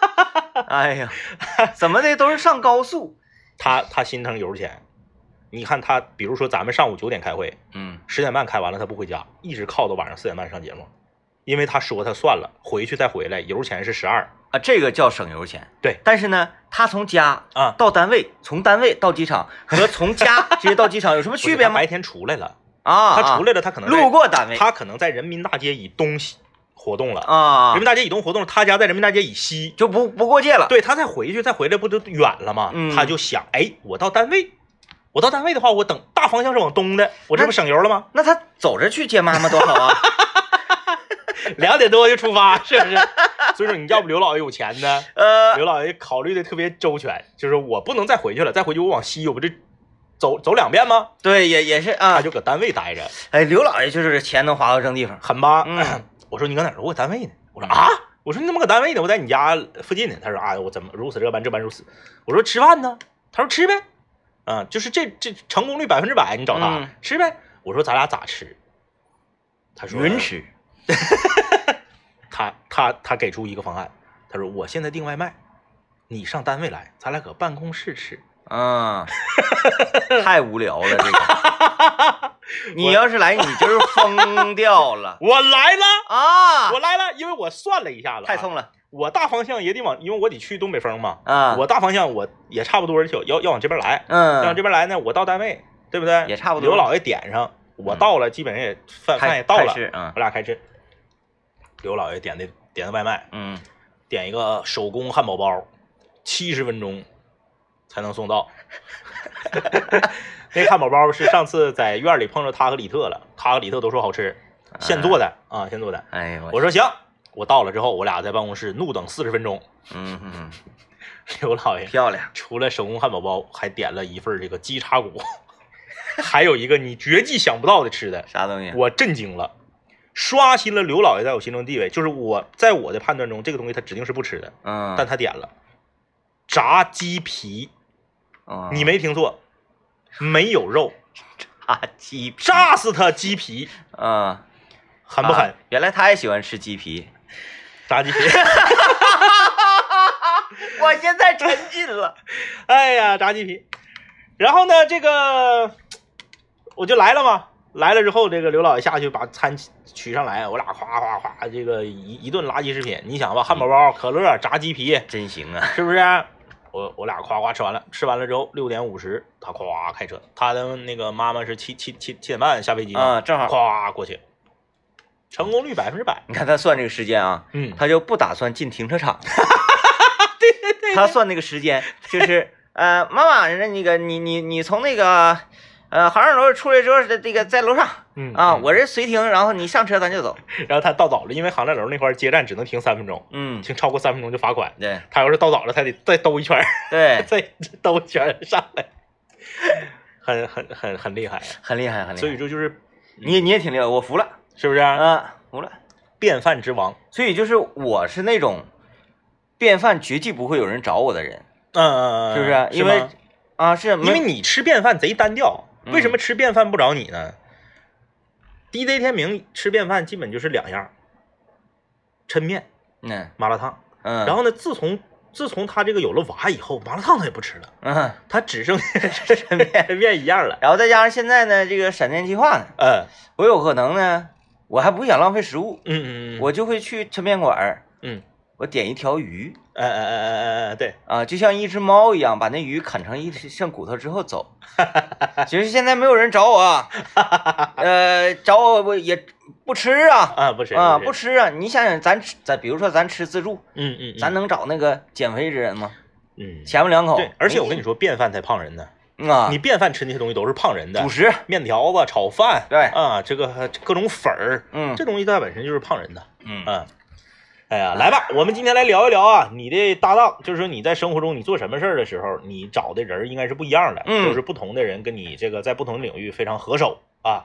Speaker 2: 哎呀，怎么的都是上高速。
Speaker 1: 他他心疼油钱。你看他，比如说咱们上午九点开会，
Speaker 2: 嗯，
Speaker 1: 十点半开完了，他不回家，一直靠到晚上四点半上节目，因为他说他算了，回去再回来，油钱是十二
Speaker 2: 啊，这个叫省油钱。
Speaker 1: 对，
Speaker 2: 但是呢，他从家
Speaker 1: 啊，
Speaker 2: 到单位，从单位到 机场和从家直接到机场有什么区别
Speaker 1: 不是他
Speaker 2: 吗
Speaker 1: 白？天出来了，
Speaker 2: 啊，
Speaker 1: 他出
Speaker 2: 来
Speaker 1: 来了，他可能在
Speaker 2: 路，过单位
Speaker 1: 他可能在人民大街以东西活动了，人
Speaker 2: 啊
Speaker 1: 民，大街以东活动了，他家在人民大街以西，
Speaker 2: 就不不过界了。
Speaker 1: 对他再回去再回来不就远了吗？
Speaker 2: 嗯
Speaker 1: 他就想，哎，我到单位，我到单位的话，我等大方向是往东的，我这不省油了吗？
Speaker 2: 那他走着去接妈妈多 好啊！
Speaker 1: 两点多就出发，是不 是？所以说，你要不刘老爷有钱呢？
Speaker 2: 呃，
Speaker 1: 刘老爷考虑的特别周全，就是我不能再回去了，再回去我往西，我不这走走两遍吗？
Speaker 2: 对，也也是啊
Speaker 1: 他。就搁单位待着，
Speaker 2: 哎，刘老爷就是钱能花到正 地方。
Speaker 1: 狠吧？
Speaker 2: 嗯
Speaker 1: 我说你搁哪儿？我搁单位呢。我说啊，我说你怎么搁单位呢？我在你家附近呢。他说啊，我怎么如此这般这般如此。我说吃饭呢？他说吃呗。啊，就是这这成功率百分之百，你找他、
Speaker 2: 嗯
Speaker 1: 吃呗。我说咱俩咋吃？他说
Speaker 2: 云吃，
Speaker 1: 他他他给出一个方案，他说我现在订外卖，你上单位来，咱俩搁办公室吃。
Speaker 2: 啊，太无聊了这个。 你要是来，你就是疯掉了
Speaker 1: 我来了，
Speaker 2: 啊！
Speaker 1: 我来了，因为我算了一下子、
Speaker 2: 太聪
Speaker 1: 了，
Speaker 2: 了
Speaker 1: 我大方向也得往，因为我得去东北风嘛，
Speaker 2: 啊！
Speaker 1: 我大方向我也差不多就要要往这边来，要往
Speaker 2: 嗯
Speaker 1: 这，边来呢，我到单位，对不对？
Speaker 2: 也差不多嗯
Speaker 1: 刘老爷点上，我到了，基本上也饭
Speaker 2: 开
Speaker 1: 饭也到了
Speaker 2: 开，始嗯
Speaker 1: 我俩开吃。刘老爷点的点的外卖，
Speaker 2: 嗯，
Speaker 1: 点一个手工汉堡包，七十分钟才能送到。 那汉堡包是上次在院里碰着他和李特了，他和李特都说好吃，现做的啊，现做的。
Speaker 2: 哎呦
Speaker 1: 我
Speaker 2: 我，
Speaker 1: 说行，我到了之后，我俩在办公室怒等四十分钟。
Speaker 2: 嗯嗯，
Speaker 1: 刘老
Speaker 2: 嗯
Speaker 1: 爷
Speaker 2: 漂亮，
Speaker 1: 除了手工汉堡包，还点了一份这个鸡叉骨， 还有一个你绝技想不到的吃的，
Speaker 2: 啥东西？
Speaker 1: 我震惊了，刷新了刘老爷在我心中地位。就是我在我的判断中，这个东西他指定是不吃的，
Speaker 2: 嗯，
Speaker 1: 但他点了炸鸡皮，
Speaker 2: 哦
Speaker 1: 你没听错，没有肉，
Speaker 2: 炸啊鸡皮
Speaker 1: 炸死他鸡皮，嗯
Speaker 2: 啊，
Speaker 1: 狠不狠
Speaker 2: 啊？原来他也喜欢吃鸡皮，
Speaker 1: 炸鸡皮，
Speaker 2: 我现在沉浸了。
Speaker 1: 哎呀，炸鸡皮。然后呢，这个我就来了嘛，来了之后，这个刘老爷下去把餐取上来，我俩夸夸夸，这个一一顿垃圾食品，你想吧，汉堡包、可乐、炸鸡皮，
Speaker 2: 真行啊！
Speaker 1: 是不是？我我俩夸夸吃完了，吃完了之后六点五十，他夸开车，他的那个妈妈是七七七七点半下飞机嘛
Speaker 2: 啊，正好，
Speaker 1: 夸过去，成功率百分之百。
Speaker 2: 你看他算这个时间啊，
Speaker 1: 嗯，
Speaker 2: 他就不打算进停车 场。对对对，他算那个时间 就是呃，妈妈，那那个你你你从那个呃航站楼出来之后，这个在楼上
Speaker 1: 嗯
Speaker 2: 啊，
Speaker 1: 嗯
Speaker 2: 我这随停，然后你上车咱就走。
Speaker 1: 然后他到早了，因为航站楼那块儿接站只能停三分钟，
Speaker 2: 嗯，
Speaker 1: 停超过三分钟就罚款。
Speaker 2: 对
Speaker 1: 他要是到早了，他得再兜一圈儿，
Speaker 2: 对，
Speaker 1: 再兜一圈儿上来，很很很很厉害。啊
Speaker 2: 很厉害很厉
Speaker 1: 所以
Speaker 2: 害。
Speaker 1: 这就是
Speaker 2: 你你也挺厉害，我服了
Speaker 1: 是不是
Speaker 2: 啊、
Speaker 1: 啊
Speaker 2: 服了。
Speaker 1: 便饭之王？
Speaker 2: 所以就是我是那种便饭绝技不会有人找我的人，
Speaker 1: 嗯，嗯嗯嗯
Speaker 2: 是不是？因为
Speaker 1: 吗
Speaker 2: 啊是
Speaker 1: 因为
Speaker 2: 没
Speaker 1: 你吃便饭贼单调，
Speaker 2: 嗯
Speaker 1: 为什么吃便饭不找你呢？DJ 天明吃便饭基本就是两样儿，抻面、
Speaker 2: 嗯
Speaker 1: 麻辣烫。
Speaker 2: 嗯，
Speaker 1: 然后呢，自从自从他这个有了娃以后，麻辣烫他也不吃了，
Speaker 2: 嗯。
Speaker 1: 他只剩 抻面面一样了。
Speaker 2: 然后再加上现在呢，这个闪电计划呢，
Speaker 1: 嗯
Speaker 2: 我有可能呢，我还不想浪费食物，
Speaker 1: 嗯嗯，嗯
Speaker 2: 我就会去抻面馆儿，
Speaker 1: 嗯
Speaker 2: 我点一条鱼
Speaker 1: 呃呃呃呃呃呃对，
Speaker 2: 啊，就像一只猫一样，把那鱼啃成一像骨头之后 走。其实现在没有人找我啊，呃，找我我也不吃啊
Speaker 1: 啊不吃
Speaker 2: 啊，不
Speaker 1: 不吃，
Speaker 2: 吃啊！你想想，咱吃咱比如说咱吃自助，
Speaker 1: 嗯嗯，嗯
Speaker 2: 咱能找那个减肥之人吗？
Speaker 1: 嗯
Speaker 2: 前不两口
Speaker 1: 对，，而且我跟你说，便饭才胖人呢。
Speaker 2: 嗯啊，
Speaker 1: 你便饭吃那些东西都是胖人的
Speaker 2: 主，食，
Speaker 1: 面条子、炒饭，
Speaker 2: 对
Speaker 1: 啊，这个各种粉儿，
Speaker 2: 嗯
Speaker 1: 这东西它本身就是胖人的。
Speaker 2: 嗯
Speaker 1: 嗯，哎呀，来吧，我们今天来聊一聊啊，你的搭档，就是说你在生活中你做什么事儿的时候，你找的人儿应该是不一样的，
Speaker 2: 嗯
Speaker 1: 就是不同的人跟你这个在不同领域非常合手啊。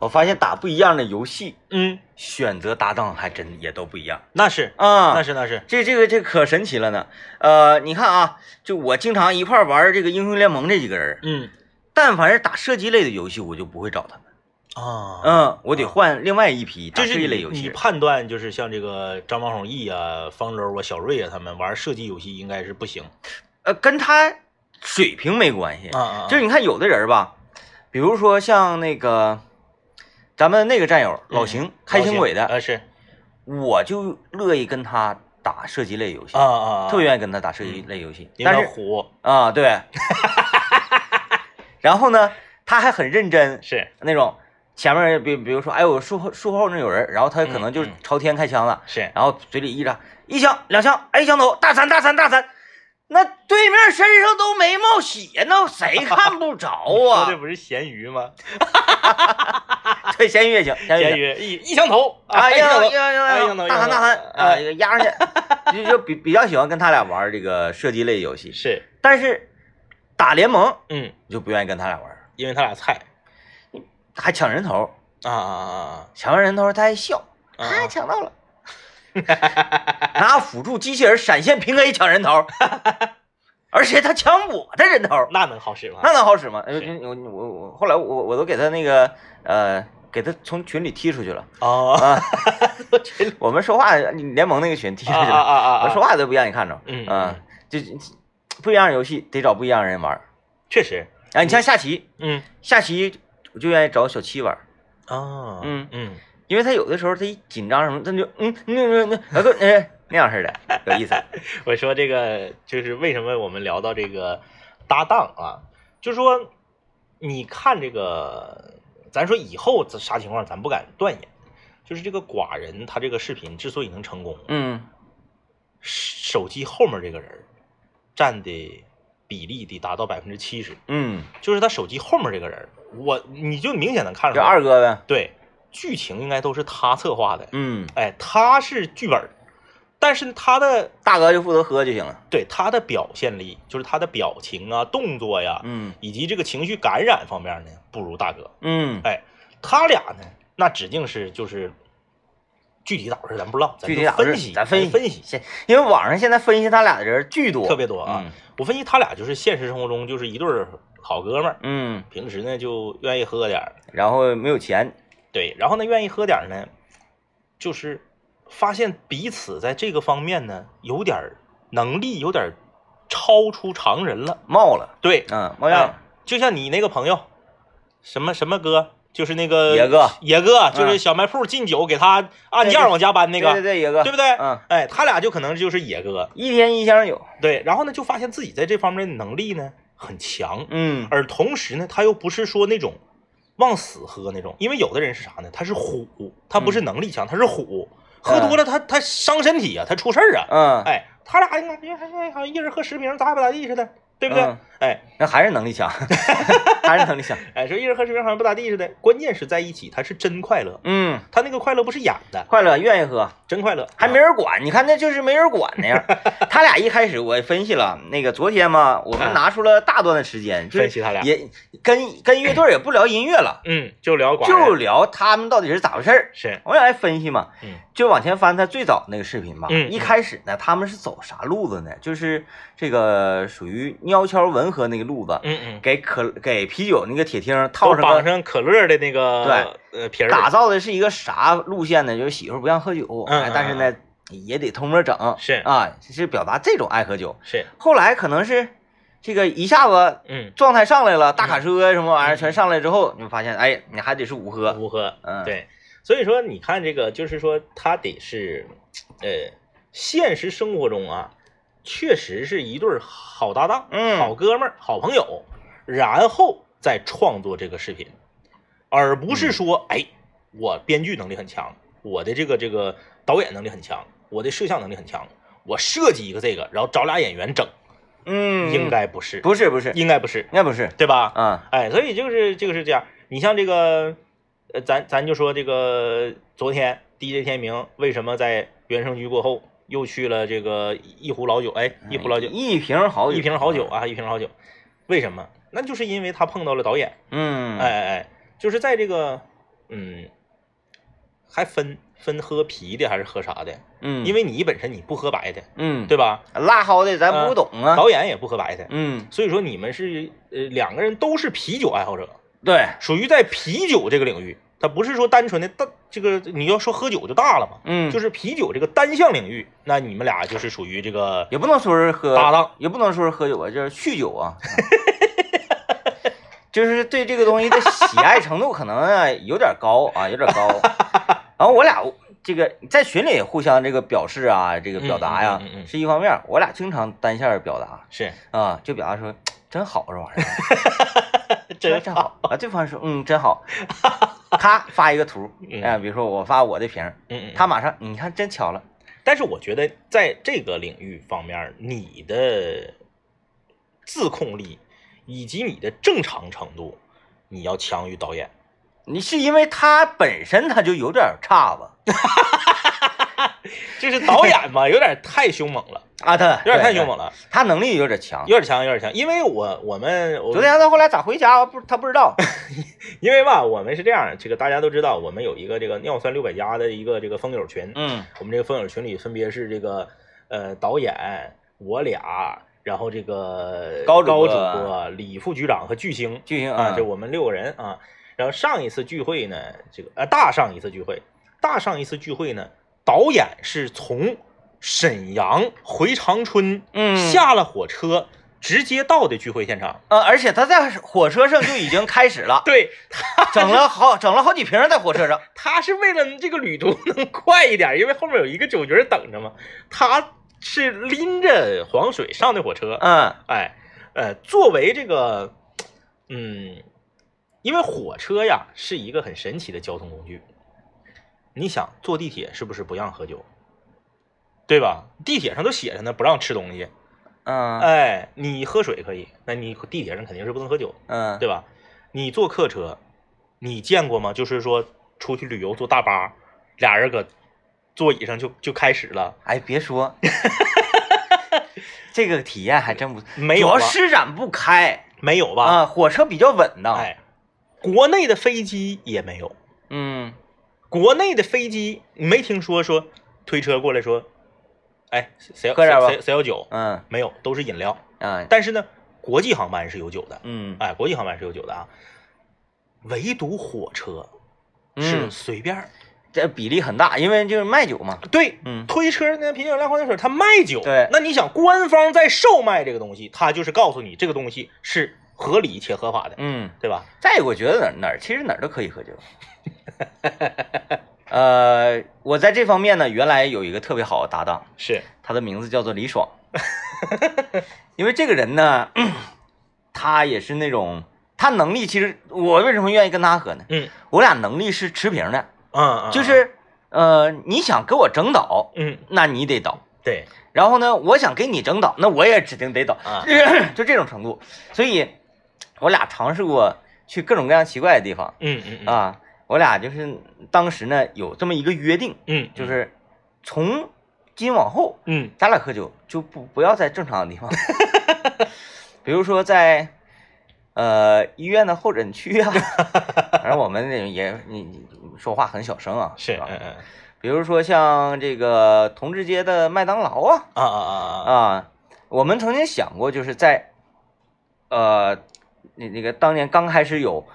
Speaker 2: 我发现打不一样的游戏，
Speaker 1: 嗯，
Speaker 2: 选择搭档还真也都不一样
Speaker 1: 那是，
Speaker 2: 啊。
Speaker 1: 那是，那是，
Speaker 2: 这这个这可神奇了呢。呃，你看啊，就我经常一块儿玩这个英雄联盟这几个人，
Speaker 1: 嗯
Speaker 2: 但凡是打射击类的游戏，我就不会找他们。
Speaker 1: 啊，
Speaker 2: 嗯，我得换另外一批，它
Speaker 1: 就是是
Speaker 2: 一类
Speaker 1: 你
Speaker 2: 游
Speaker 1: 你
Speaker 2: 戏。
Speaker 1: 判断就是像这个张王弘毅啊、方舟啊、小瑞啊他们玩射击游戏应该是不行
Speaker 2: 呃，跟他水平没关系。
Speaker 1: 啊啊，啊
Speaker 2: 嗯就是你看有的人吧，比如说像那个咱们那个战
Speaker 1: 嗯
Speaker 2: 友老邢，开心鬼
Speaker 1: 啊
Speaker 2: 的，
Speaker 1: 是
Speaker 2: 我就乐意跟他打射击类游戏
Speaker 1: 啊，啊，啊
Speaker 2: 特别愿意跟他打射击类游戏。
Speaker 1: 因为
Speaker 2: 但
Speaker 1: 他
Speaker 2: 是
Speaker 1: 虎
Speaker 2: 啊，对， 然后呢，他还很认真
Speaker 1: 是
Speaker 2: 那种。前面比比如说，哎，我树后树后那有人，然后他可能就
Speaker 1: 嗯嗯
Speaker 2: 朝天开枪了，
Speaker 1: 是
Speaker 2: 然后嘴里一张一枪两枪，哎，一枪头大三大三大三，那对面身上都没冒血，那谁看不着
Speaker 1: 说
Speaker 2: 啊
Speaker 1: 这？不是咸鱼吗？
Speaker 2: 对，咸鱼也行，咸鱼
Speaker 1: 咸
Speaker 2: 也行。
Speaker 1: 鱼一一枪头
Speaker 2: 啊，
Speaker 1: 一
Speaker 2: 一枪
Speaker 1: 枪
Speaker 2: 头，
Speaker 1: 头
Speaker 2: 一枪
Speaker 1: 哎一
Speaker 2: 头，
Speaker 1: 枪头
Speaker 2: 大
Speaker 1: 一枪
Speaker 2: 三
Speaker 1: 头
Speaker 2: 大三啊，
Speaker 1: 哎
Speaker 2: 一个压上去， 就就比比较喜欢跟他俩玩这个射击类游戏，
Speaker 1: 是
Speaker 2: 但是打联盟
Speaker 1: 嗯，
Speaker 2: 你就不愿意跟他俩玩，
Speaker 1: 因为他俩菜
Speaker 2: 还抢人头，
Speaker 1: 啊啊啊
Speaker 2: 抢完人头他还笑，
Speaker 1: 啊
Speaker 2: 啊，抢到了，拿辅助机器人闪现平 A 抢人头，而且他抢我的人头，
Speaker 1: 啊，那能好使吗？
Speaker 2: 那能好使吗？呃
Speaker 1: 是
Speaker 2: 我我我后来我我都给他那个呃，给他从群里踢出去了。
Speaker 1: 哦，
Speaker 2: 啊， 我们说话联盟那个群踢出
Speaker 1: 啊啊
Speaker 2: 去了，
Speaker 1: 啊啊
Speaker 2: 我
Speaker 1: 啊！
Speaker 2: 说话都不让你看着。
Speaker 1: 嗯
Speaker 2: 啊
Speaker 1: 嗯，
Speaker 2: 就不一样的游戏得找不一样的人玩儿。
Speaker 1: 确实，
Speaker 2: 啊，你像下棋，
Speaker 1: 嗯
Speaker 2: 下棋我就愿意找小七玩儿，
Speaker 1: 啊，
Speaker 2: 嗯
Speaker 1: 嗯，
Speaker 2: 因为他有的时候他一紧张什么，他就嗯那那那那个哎那样似的，有意思。
Speaker 1: 我说这个就是为什么我们聊到这个搭档啊，就说你看这个，咱说以后咱啥情况咱不敢断言，就是这个寡人他这个视频之所以能成功，
Speaker 2: 嗯，
Speaker 1: 手机后面这个人儿占的比例得达到百分之七十，
Speaker 2: 嗯，
Speaker 1: 就是他手机后面这个人儿，我你就明显能看出
Speaker 2: 这
Speaker 1: 来，
Speaker 2: 二哥呗，
Speaker 1: 对剧情应该都是他策划的，
Speaker 2: 嗯，
Speaker 1: 哎，他是剧本儿，但是他的
Speaker 2: 大哥就负责喝就行了。
Speaker 1: 对他的表现力，就是他的表情啊、动作呀，
Speaker 2: 嗯
Speaker 1: 以及这个情绪感染方面呢，不如大哥。
Speaker 2: 嗯，
Speaker 1: 哎，他俩呢，那指定是就是具体咋回事咱不知道，咱
Speaker 2: 具体
Speaker 1: 就
Speaker 2: 咋回
Speaker 1: 分
Speaker 2: 事
Speaker 1: 析，
Speaker 2: 咱
Speaker 1: 分
Speaker 2: 分
Speaker 1: 析
Speaker 2: 析
Speaker 1: 分析。
Speaker 2: 现因为网上现在分析他俩的人巨多，
Speaker 1: 特别多
Speaker 2: 嗯
Speaker 1: 啊我分析他俩就是现实生活中就是一对儿好哥们儿，
Speaker 2: 嗯。嗯，
Speaker 1: 平时呢就愿意喝点儿，
Speaker 2: 然后没有钱，
Speaker 1: 对，然后呢愿意喝点儿呢，就是发现彼此在这个方面呢有点儿能力，有点儿超出常人了。
Speaker 2: 冒了，
Speaker 1: 对，
Speaker 2: 嗯，冒样了
Speaker 1: 哎，就像你那个朋友，什么什么哥，就是那个
Speaker 2: 野哥，
Speaker 1: 野哥就是
Speaker 2: 嗯
Speaker 1: 小卖铺进酒给他按件
Speaker 2: 对
Speaker 1: 儿
Speaker 2: 对
Speaker 1: 往家搬那个，
Speaker 2: 对对对，野哥，
Speaker 1: 对不对？
Speaker 2: 嗯，
Speaker 1: 哎，他俩就可能就是野哥，
Speaker 2: 一天一箱有，
Speaker 1: 对，然后呢就发现自己在这方面的能力呢很强，
Speaker 2: 嗯
Speaker 1: 而同时呢他又不是说那种往死喝那种，因为有的人是啥呢？他是虎，他不是能力强，
Speaker 2: 嗯
Speaker 1: 他是虎，喝多了他他伤身体啊，他出事儿啊，
Speaker 2: 嗯，
Speaker 1: 哎，他俩应该哎好像一人喝十瓶，咋不咋地似的，对不对
Speaker 2: 嗯？
Speaker 1: 哎。
Speaker 2: 那还是能力 强，还是能力强。
Speaker 1: 哎，说一人喝十瓶好像不咋地似的，关键是在一起，他是真快乐，
Speaker 2: 嗯，
Speaker 1: 他那个快乐不是演的，
Speaker 2: 快乐愿意喝，
Speaker 1: 真快乐，
Speaker 2: 还没人管。你看，那就是没人管那样。 他俩一开始我也分析了，那个昨天嘛，我们拿出了大段的时间，就
Speaker 1: 嗯啊
Speaker 2: 是
Speaker 1: 分析他俩
Speaker 2: 也跟跟乐队也不聊音乐 了，
Speaker 1: 嗯，就聊寡
Speaker 2: 就
Speaker 1: 人，
Speaker 2: 聊他们到底是咋回事儿。
Speaker 1: 是，
Speaker 2: 我俩还分析嘛，
Speaker 1: 嗯
Speaker 2: 就往前翻他最早那个视频吧。
Speaker 1: 嗯
Speaker 2: 一开始呢，他们是走啥路子呢？就是这个属于喵悄文和那个路子，
Speaker 1: 嗯嗯，
Speaker 2: 给可给啤酒那个铁钉
Speaker 1: 都
Speaker 2: 套上个
Speaker 1: 绑上可乐的那个呃皮儿，
Speaker 2: 打造的是一个啥路线呢？就是媳妇儿不让喝酒，
Speaker 1: 嗯
Speaker 2: 哎但是呢也得偷摸整，
Speaker 1: 是
Speaker 2: 啊，是表达这种爱喝酒。
Speaker 1: 是，
Speaker 2: 后来可能是这个一下子
Speaker 1: 嗯，
Speaker 2: 状态上来了，大卡车什么玩意儿全上来之后，你发现哎，你还得是五喝，
Speaker 1: 不喝，
Speaker 2: 嗯，，
Speaker 1: 对，所以说你看这个，就是说他得是，呃，现实生活中啊，确实是一对儿好搭档，
Speaker 2: 嗯
Speaker 1: 好哥们儿，好朋友，然后再创作这个视频，而不
Speaker 2: 嗯
Speaker 1: 是说，哎，我编剧能力很强，我的这个这个导演能力很强，我的摄像能力很强，我设计一个这个，然后找俩演员整，
Speaker 2: 嗯，
Speaker 1: 应该不是，
Speaker 2: 不是不是，应
Speaker 1: 应该不是，
Speaker 2: 该不是
Speaker 1: 对吧？
Speaker 2: 啊，
Speaker 1: 哎，所以就是就是这样。你像这个，呃，咱咱就说这个，昨天 DJ 天明为什么在原声局过后又去了这个一壶老酒？哎，一壶老酒，
Speaker 2: 一瓶好酒，
Speaker 1: 一瓶好酒，
Speaker 2: 嗯
Speaker 1: 啊，一瓶好酒。为什么？那就是因为他碰到了导演。
Speaker 2: 嗯，
Speaker 1: 哎，哎哎，就是在这个，嗯，还分分喝啤的还是喝啥的？
Speaker 2: 嗯，
Speaker 1: 因为你本身你不喝白的，
Speaker 2: 嗯，
Speaker 1: 对嗯吧？
Speaker 2: 辣蒿的咱不懂啊，
Speaker 1: 导演也不喝白的，
Speaker 2: 嗯，
Speaker 1: 所以说你们是呃两个人都是啤酒爱好者。
Speaker 2: 对，
Speaker 1: 属于在啤酒这个领域，它不是说单纯的大这个你要说喝酒就大了嘛，
Speaker 2: 嗯，
Speaker 1: 就是啤酒这个单项领域，那你们俩就是属于这个
Speaker 2: 也不能说是喝
Speaker 1: 搭档。
Speaker 2: 也不能说是喝酒啊，就是酗酒啊，就是对这个东西的喜爱程度可能啊有点高啊，有点高。然后我俩这个在群里互相这个表示啊，这个表达呀、
Speaker 1: 嗯嗯嗯嗯
Speaker 2: 是一方面，我俩经常单线表达
Speaker 1: 是，
Speaker 2: 啊，就表达说真好这玩 意儿，
Speaker 1: 真
Speaker 2: 真好啊。对方说嗯真好，咔发一个图，
Speaker 1: 嗯
Speaker 2: 哎、比如说我发我的瓶儿，
Speaker 1: 嗯嗯，
Speaker 2: 他马上你看真巧了，
Speaker 1: 但是我觉得在这个领域方面，你的自控力以及你的正常程度，你要强于导演。
Speaker 2: 你是因为他本身他就有点差吧。
Speaker 1: 就是导演吧，有点太凶猛 了，
Speaker 2: 啊，他
Speaker 1: 有点太
Speaker 2: 对
Speaker 1: 凶猛了，
Speaker 2: 他能力有点强。
Speaker 1: 有点强，有点强。因为我我们我
Speaker 2: 昨天他后来咋回家不？他不知道。
Speaker 1: 因为吧，我们是这样，这个大家都知道，我们有一个这个尿酸六百加的一个这个风友群，
Speaker 2: 嗯
Speaker 1: 我们这个风友群里分别是这个呃导演我俩，然后这个
Speaker 2: 高主
Speaker 1: 高
Speaker 2: 播
Speaker 1: 主播李副局长和巨星，
Speaker 2: 巨星
Speaker 1: 啊，
Speaker 2: 啊，
Speaker 1: 就我们六个人啊。然后上一次聚会呢，这个呃大上一次聚会，大上一次聚会呢，导演是从沈阳回长春，
Speaker 2: 嗯
Speaker 1: 下了火车直接到的聚会现场。
Speaker 2: 呃，而且他在火车上就已经开始了，
Speaker 1: 对，
Speaker 2: 整了好整了好几瓶在火车上。
Speaker 1: 他是为了这个旅途能快一点，因为后面有一个酒局等着嘛。他是拎着黄水上的火车，
Speaker 2: 嗯
Speaker 1: 哎，呃，作为这个，嗯，因为火车呀是一个很神奇的交通工具。你想坐地铁是不是不让喝酒，对吧？地铁上都写着呢，不让吃东西。
Speaker 2: 嗯
Speaker 1: 哎，你喝水可以，那你地铁上肯定是不能喝酒，
Speaker 2: 嗯，
Speaker 1: 对吧？你坐客车，你见过吗？就是说出去旅游坐大巴，俩人搁座椅上就就开始了，
Speaker 2: 哎，别说，这个体验还真不，
Speaker 1: 没
Speaker 2: 主
Speaker 1: 有
Speaker 2: 要
Speaker 1: 吧？
Speaker 2: 施展不开
Speaker 1: 没有吧？
Speaker 2: 啊，火车比较稳当。
Speaker 1: 哎，国内的飞机也没有。
Speaker 2: 嗯，
Speaker 1: 国内的飞机你没听说说推车过来说，哎，谁要
Speaker 2: 喝点吧
Speaker 1: 谁谁谁要酒？
Speaker 2: 嗯
Speaker 1: 没有，都是饮料。
Speaker 2: 嗯
Speaker 1: 但是呢，国际航班是有酒的，
Speaker 2: 嗯
Speaker 1: 哎，国际航班是有酒的啊。唯独火车是
Speaker 2: 嗯，
Speaker 1: 随便儿，
Speaker 2: 这比例很大，因为就是卖酒嘛。
Speaker 1: 对，
Speaker 2: 嗯
Speaker 1: 推车那啤酒、饮料、矿泉水，他卖酒。
Speaker 2: 对
Speaker 1: 那你想，官方在售卖这个东西，他就是告诉你这个东西是合理且合法的，
Speaker 2: 嗯。
Speaker 1: 对吧？
Speaker 2: 再一个，我觉得哪儿哪儿其实哪儿都可以喝酒。 呃，我在这方面呢，原来有一个特别好的搭档，
Speaker 1: 是，
Speaker 2: 他的名字叫做李爽， 因为这个人呢， 他也是那种他能力，其实我为什么愿意跟他喝呢？
Speaker 1: 嗯
Speaker 2: 我俩能力是持平的，
Speaker 1: 嗯，嗯
Speaker 2: 就是呃，你想给我整倒，
Speaker 1: 嗯，
Speaker 2: 那你得倒。
Speaker 1: 对，
Speaker 2: 然后呢，我想给你整倒，那我也指定得倒，
Speaker 1: 啊
Speaker 2: 就这种程度。所以，我俩尝试过去各种各样奇怪的地方
Speaker 1: 嗯嗯嗯
Speaker 2: 啊。我俩就是当时呢有这么一个约定，
Speaker 1: 嗯，
Speaker 2: 就是从今往后，
Speaker 1: 嗯
Speaker 2: 咱俩喝酒就不不要在正常的 地方，比如说在呃医院的候诊区啊，反正我们那也你你你说话很小声啊，
Speaker 1: 是，
Speaker 2: 吧
Speaker 1: 嗯嗯
Speaker 2: 比如说像这个同志街的麦当劳啊。
Speaker 1: 啊啊啊啊。
Speaker 2: 啊，我们曾经想过，就是在呃那那个当年刚开始有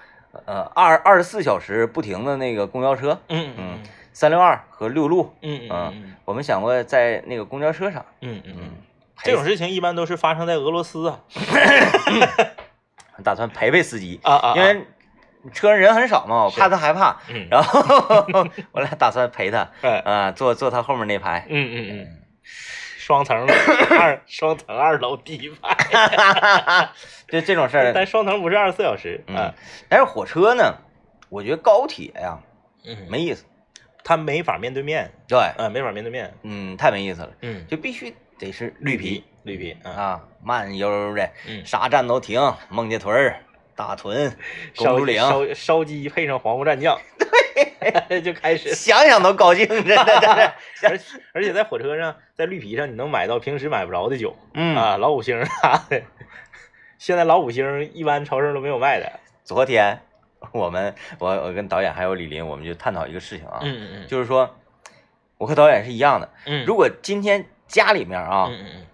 Speaker 2: 呃二二十四小时不停的那个公交车
Speaker 1: 嗯
Speaker 2: 三六二和六路，
Speaker 1: 嗯嗯
Speaker 2: 我们想过在那个公交车上，
Speaker 1: 嗯嗯，
Speaker 2: 嗯，
Speaker 1: 这种事情一般都是发生在俄罗斯啊
Speaker 2: 打算陪陪司机，
Speaker 1: 啊啊，
Speaker 2: 因为车上人很少嘛，我怕他害怕，
Speaker 1: 嗯
Speaker 2: 然后我俩打算陪他，
Speaker 1: 哎
Speaker 2: 啊，坐坐他后面那 排，
Speaker 1: 嗯嗯嗯，双层二 双层二楼第一排，
Speaker 2: 就这种事儿。
Speaker 1: 但双层不是二十四小时
Speaker 2: 嗯
Speaker 1: 啊，，
Speaker 2: 但是火车呢，我觉得高铁呀
Speaker 1: 嗯
Speaker 2: 没意思，
Speaker 1: 他没法面对面，
Speaker 2: 对，
Speaker 1: 啊，没法面对面，
Speaker 2: 嗯，太没意思了。
Speaker 1: 嗯，
Speaker 2: 就必须得是绿皮
Speaker 1: 绿皮啊，
Speaker 2: 啊，慢悠悠的，
Speaker 1: 嗯，
Speaker 2: 啥站都停，孟家屯儿、大屯、公
Speaker 1: 烧
Speaker 2: 主岭，
Speaker 1: 烧烧鸡配上黄瓜蘸 酱，对，就开始。
Speaker 2: 想想都高兴，真的真的，
Speaker 1: 而而且在火车上，在绿皮上，你能买到平时买不着的酒
Speaker 2: 嗯，
Speaker 1: 啊，老五星啥的。现在老五星一般超市都没有卖的。
Speaker 2: 昨天我们我我跟导演还有李林，我们就探讨一个事情啊，
Speaker 1: 嗯嗯
Speaker 2: 就是说我和导演是一样的，
Speaker 1: 嗯
Speaker 2: 如果今天家里面啊
Speaker 1: 嗯嗯嗯，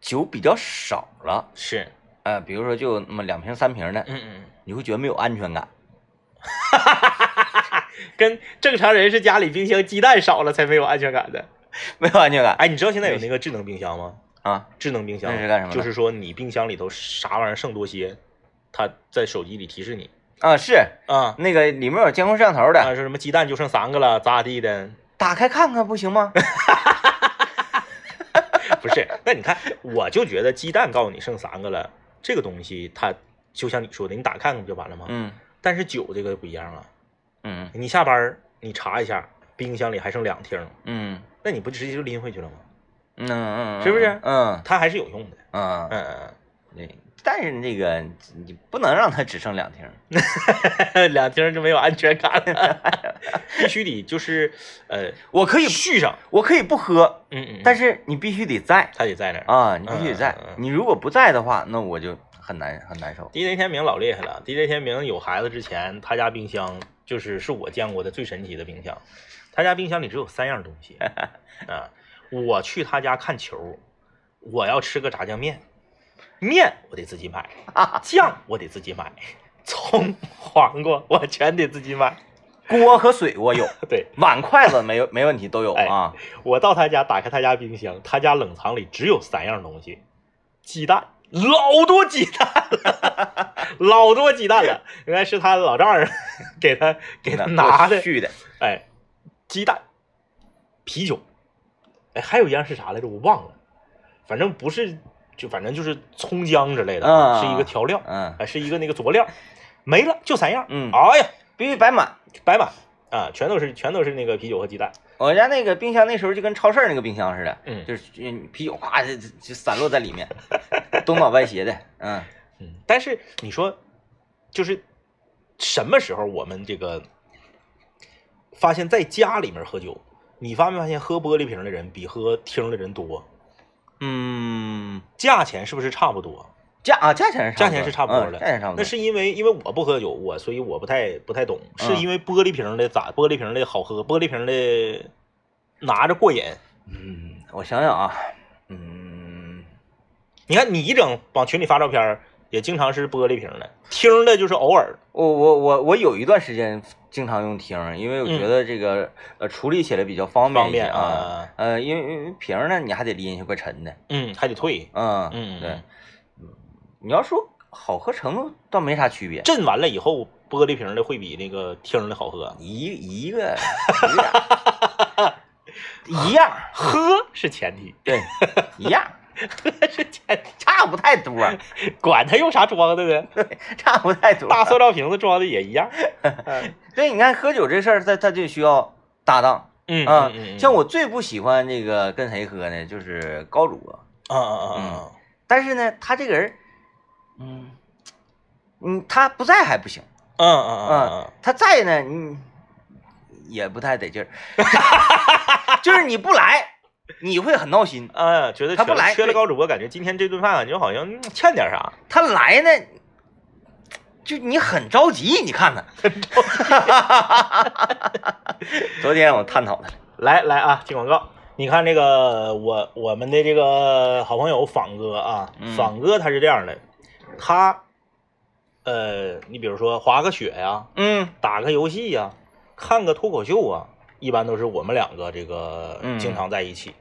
Speaker 2: 酒比较少了，
Speaker 1: 是，
Speaker 2: 呃，比如说就那么两瓶三瓶的，
Speaker 1: 嗯嗯，
Speaker 2: 你会觉得没有安全感，
Speaker 1: 跟正常人是家里冰箱鸡蛋少了才没有安全感的。
Speaker 2: 没有安全感
Speaker 1: 哎，你知道现在有那个智能冰箱吗？
Speaker 2: 啊。
Speaker 1: 智能冰箱
Speaker 2: 那是干什么的
Speaker 1: 就是说你冰箱里头啥玩意儿剩多些，它在手机里提示你
Speaker 2: 啊，是
Speaker 1: 啊。
Speaker 2: 那个里面有监控摄像头的，
Speaker 1: 啊，说什么鸡蛋就剩三个了，咋地的？
Speaker 2: 打开看看不 行吗？
Speaker 1: 不是，那你看，我就觉得鸡蛋告诉你剩三个了，这个东西它就像你说的，你打开看看不就完了吗？
Speaker 2: 嗯
Speaker 1: 但是酒这个不一样啊，
Speaker 2: 嗯
Speaker 1: 你下班儿你查一下，冰箱里还剩两听，
Speaker 2: 嗯
Speaker 1: 那你不直接就拎回去了吗？
Speaker 2: 嗯嗯，嗯
Speaker 1: 是不是
Speaker 2: 嗯
Speaker 1: 它还是有用的。
Speaker 2: 嗯，
Speaker 1: 嗯嗯
Speaker 2: 对。但是那个你不能让它只剩两听，
Speaker 1: 嗯， 两听就没有安全感了， 必须得就是呃
Speaker 2: 我可以
Speaker 1: 续上。
Speaker 2: 我可以不喝，
Speaker 1: 嗯嗯，
Speaker 2: 但
Speaker 1: 是
Speaker 2: 是你必须得在
Speaker 1: 他得在那儿。
Speaker 2: 啊，你必须得在
Speaker 1: 嗯嗯嗯。
Speaker 2: 你如果不在的话，那我就很难很难受。
Speaker 1: DJ 天明老厉害了，DJ 天明有孩子之前，他家冰箱就是是我见过的最神奇的冰箱。他家冰箱里只有三样东 西啊，我去他家看球，我要吃个炸酱面，面我得自己买，酱我得自己买， 葱、黄瓜我全得自己买。
Speaker 2: 锅和水我有，
Speaker 1: 对
Speaker 2: 碗筷子 没有没问题都有啊。
Speaker 1: 我到他家打开他家冰箱，他家冷藏里只有三样东西：鸡蛋，老多鸡蛋了， 老多鸡蛋了。原来是他老丈人 给他给他 拿
Speaker 2: 的
Speaker 1: 的，
Speaker 2: 续的，
Speaker 1: 哎，鸡蛋、啤酒，哎，还有一样是啥来着？我忘了，反正不是，就反正就是葱姜之类的，
Speaker 2: 啊
Speaker 1: 是一个调料，
Speaker 2: 嗯，
Speaker 1: 哎，是一个那个佐料，没了就三样。
Speaker 2: 嗯
Speaker 1: 哎呀，
Speaker 2: 必须摆满。
Speaker 1: 白满啊，全都是全都是那个啤酒和鸡蛋。
Speaker 2: 我家那个冰箱那时候就跟超市那个冰箱似的，
Speaker 1: 嗯
Speaker 2: 就是嗯啤酒哗就就就散落在里面， 东倒歪斜的，嗯
Speaker 1: 嗯，但是你说，就是什么时候我们这个发现，在家里面喝酒，你发没发现喝玻璃瓶的人比喝听的人多？
Speaker 2: 嗯，
Speaker 1: 价钱是不是差不多？
Speaker 2: 价啊价钱是
Speaker 1: 价钱是差不多
Speaker 2: 嗯
Speaker 1: 的，
Speaker 2: 价钱差不多。
Speaker 1: 那是因为因为我不喝酒，我所以我不太不太懂，是
Speaker 2: 嗯
Speaker 1: 因为玻璃瓶的咋？玻璃瓶的好喝，玻璃瓶的拿着过瘾。
Speaker 2: 嗯，我想想啊，嗯，
Speaker 1: 你看你一整往群里发照片儿，也经常是玻璃瓶的，听的就是偶尔。
Speaker 2: 我我我我有一段时间经常用听儿，因为我觉得这个、呃处理起来比较方便一些
Speaker 1: 嗯方便
Speaker 2: 啊
Speaker 1: 啊。
Speaker 2: 呃，因为因为瓶儿呢，你还得拎，去，怪沉的。
Speaker 1: 嗯，还得退。
Speaker 2: 嗯
Speaker 1: 嗯
Speaker 2: 对。你要说好喝程度倒没啥区别，
Speaker 1: 震完了以后，玻璃瓶的会比那个听的好喝。
Speaker 2: 一一个一 样，一样，
Speaker 1: 喝是前提，
Speaker 2: 对，一样，
Speaker 1: 喝是前提，
Speaker 2: 差不太多，
Speaker 1: 管他用啥装的呢？
Speaker 2: 差不太多。
Speaker 1: 大塑料瓶子装的也一样。
Speaker 2: 对，你看喝酒这事儿，它它就需要搭档
Speaker 1: 嗯
Speaker 2: 啊。像
Speaker 1: 我，
Speaker 2: 我最不喜欢这个跟谁喝呢，就是高主播。
Speaker 1: 啊啊
Speaker 2: 嗯
Speaker 1: 啊
Speaker 2: 但是呢，他这个人，嗯，嗯，他不在还不行，
Speaker 1: 啊啊啊！
Speaker 2: 他在呢，你也不太得劲儿， 就是你不来，你会很闹心；
Speaker 1: 啊，觉得
Speaker 2: 他不来
Speaker 1: 缺了
Speaker 2: 对
Speaker 1: 高主播，感觉今天这顿饭感觉好像嗯欠点啥。
Speaker 2: 他来呢，就你很着急。你看他， 昨天我探讨他了，
Speaker 1: 来来啊，听广告。你看这个，我我们的这个好朋友仿哥啊
Speaker 2: 嗯，
Speaker 1: 仿哥他是这样的，他，呃，你比如说滑个雪呀、
Speaker 2: 嗯
Speaker 1: 打个游戏呀、看个脱口秀啊，一般都是我们两个这个
Speaker 2: 嗯
Speaker 1: 经常在一起。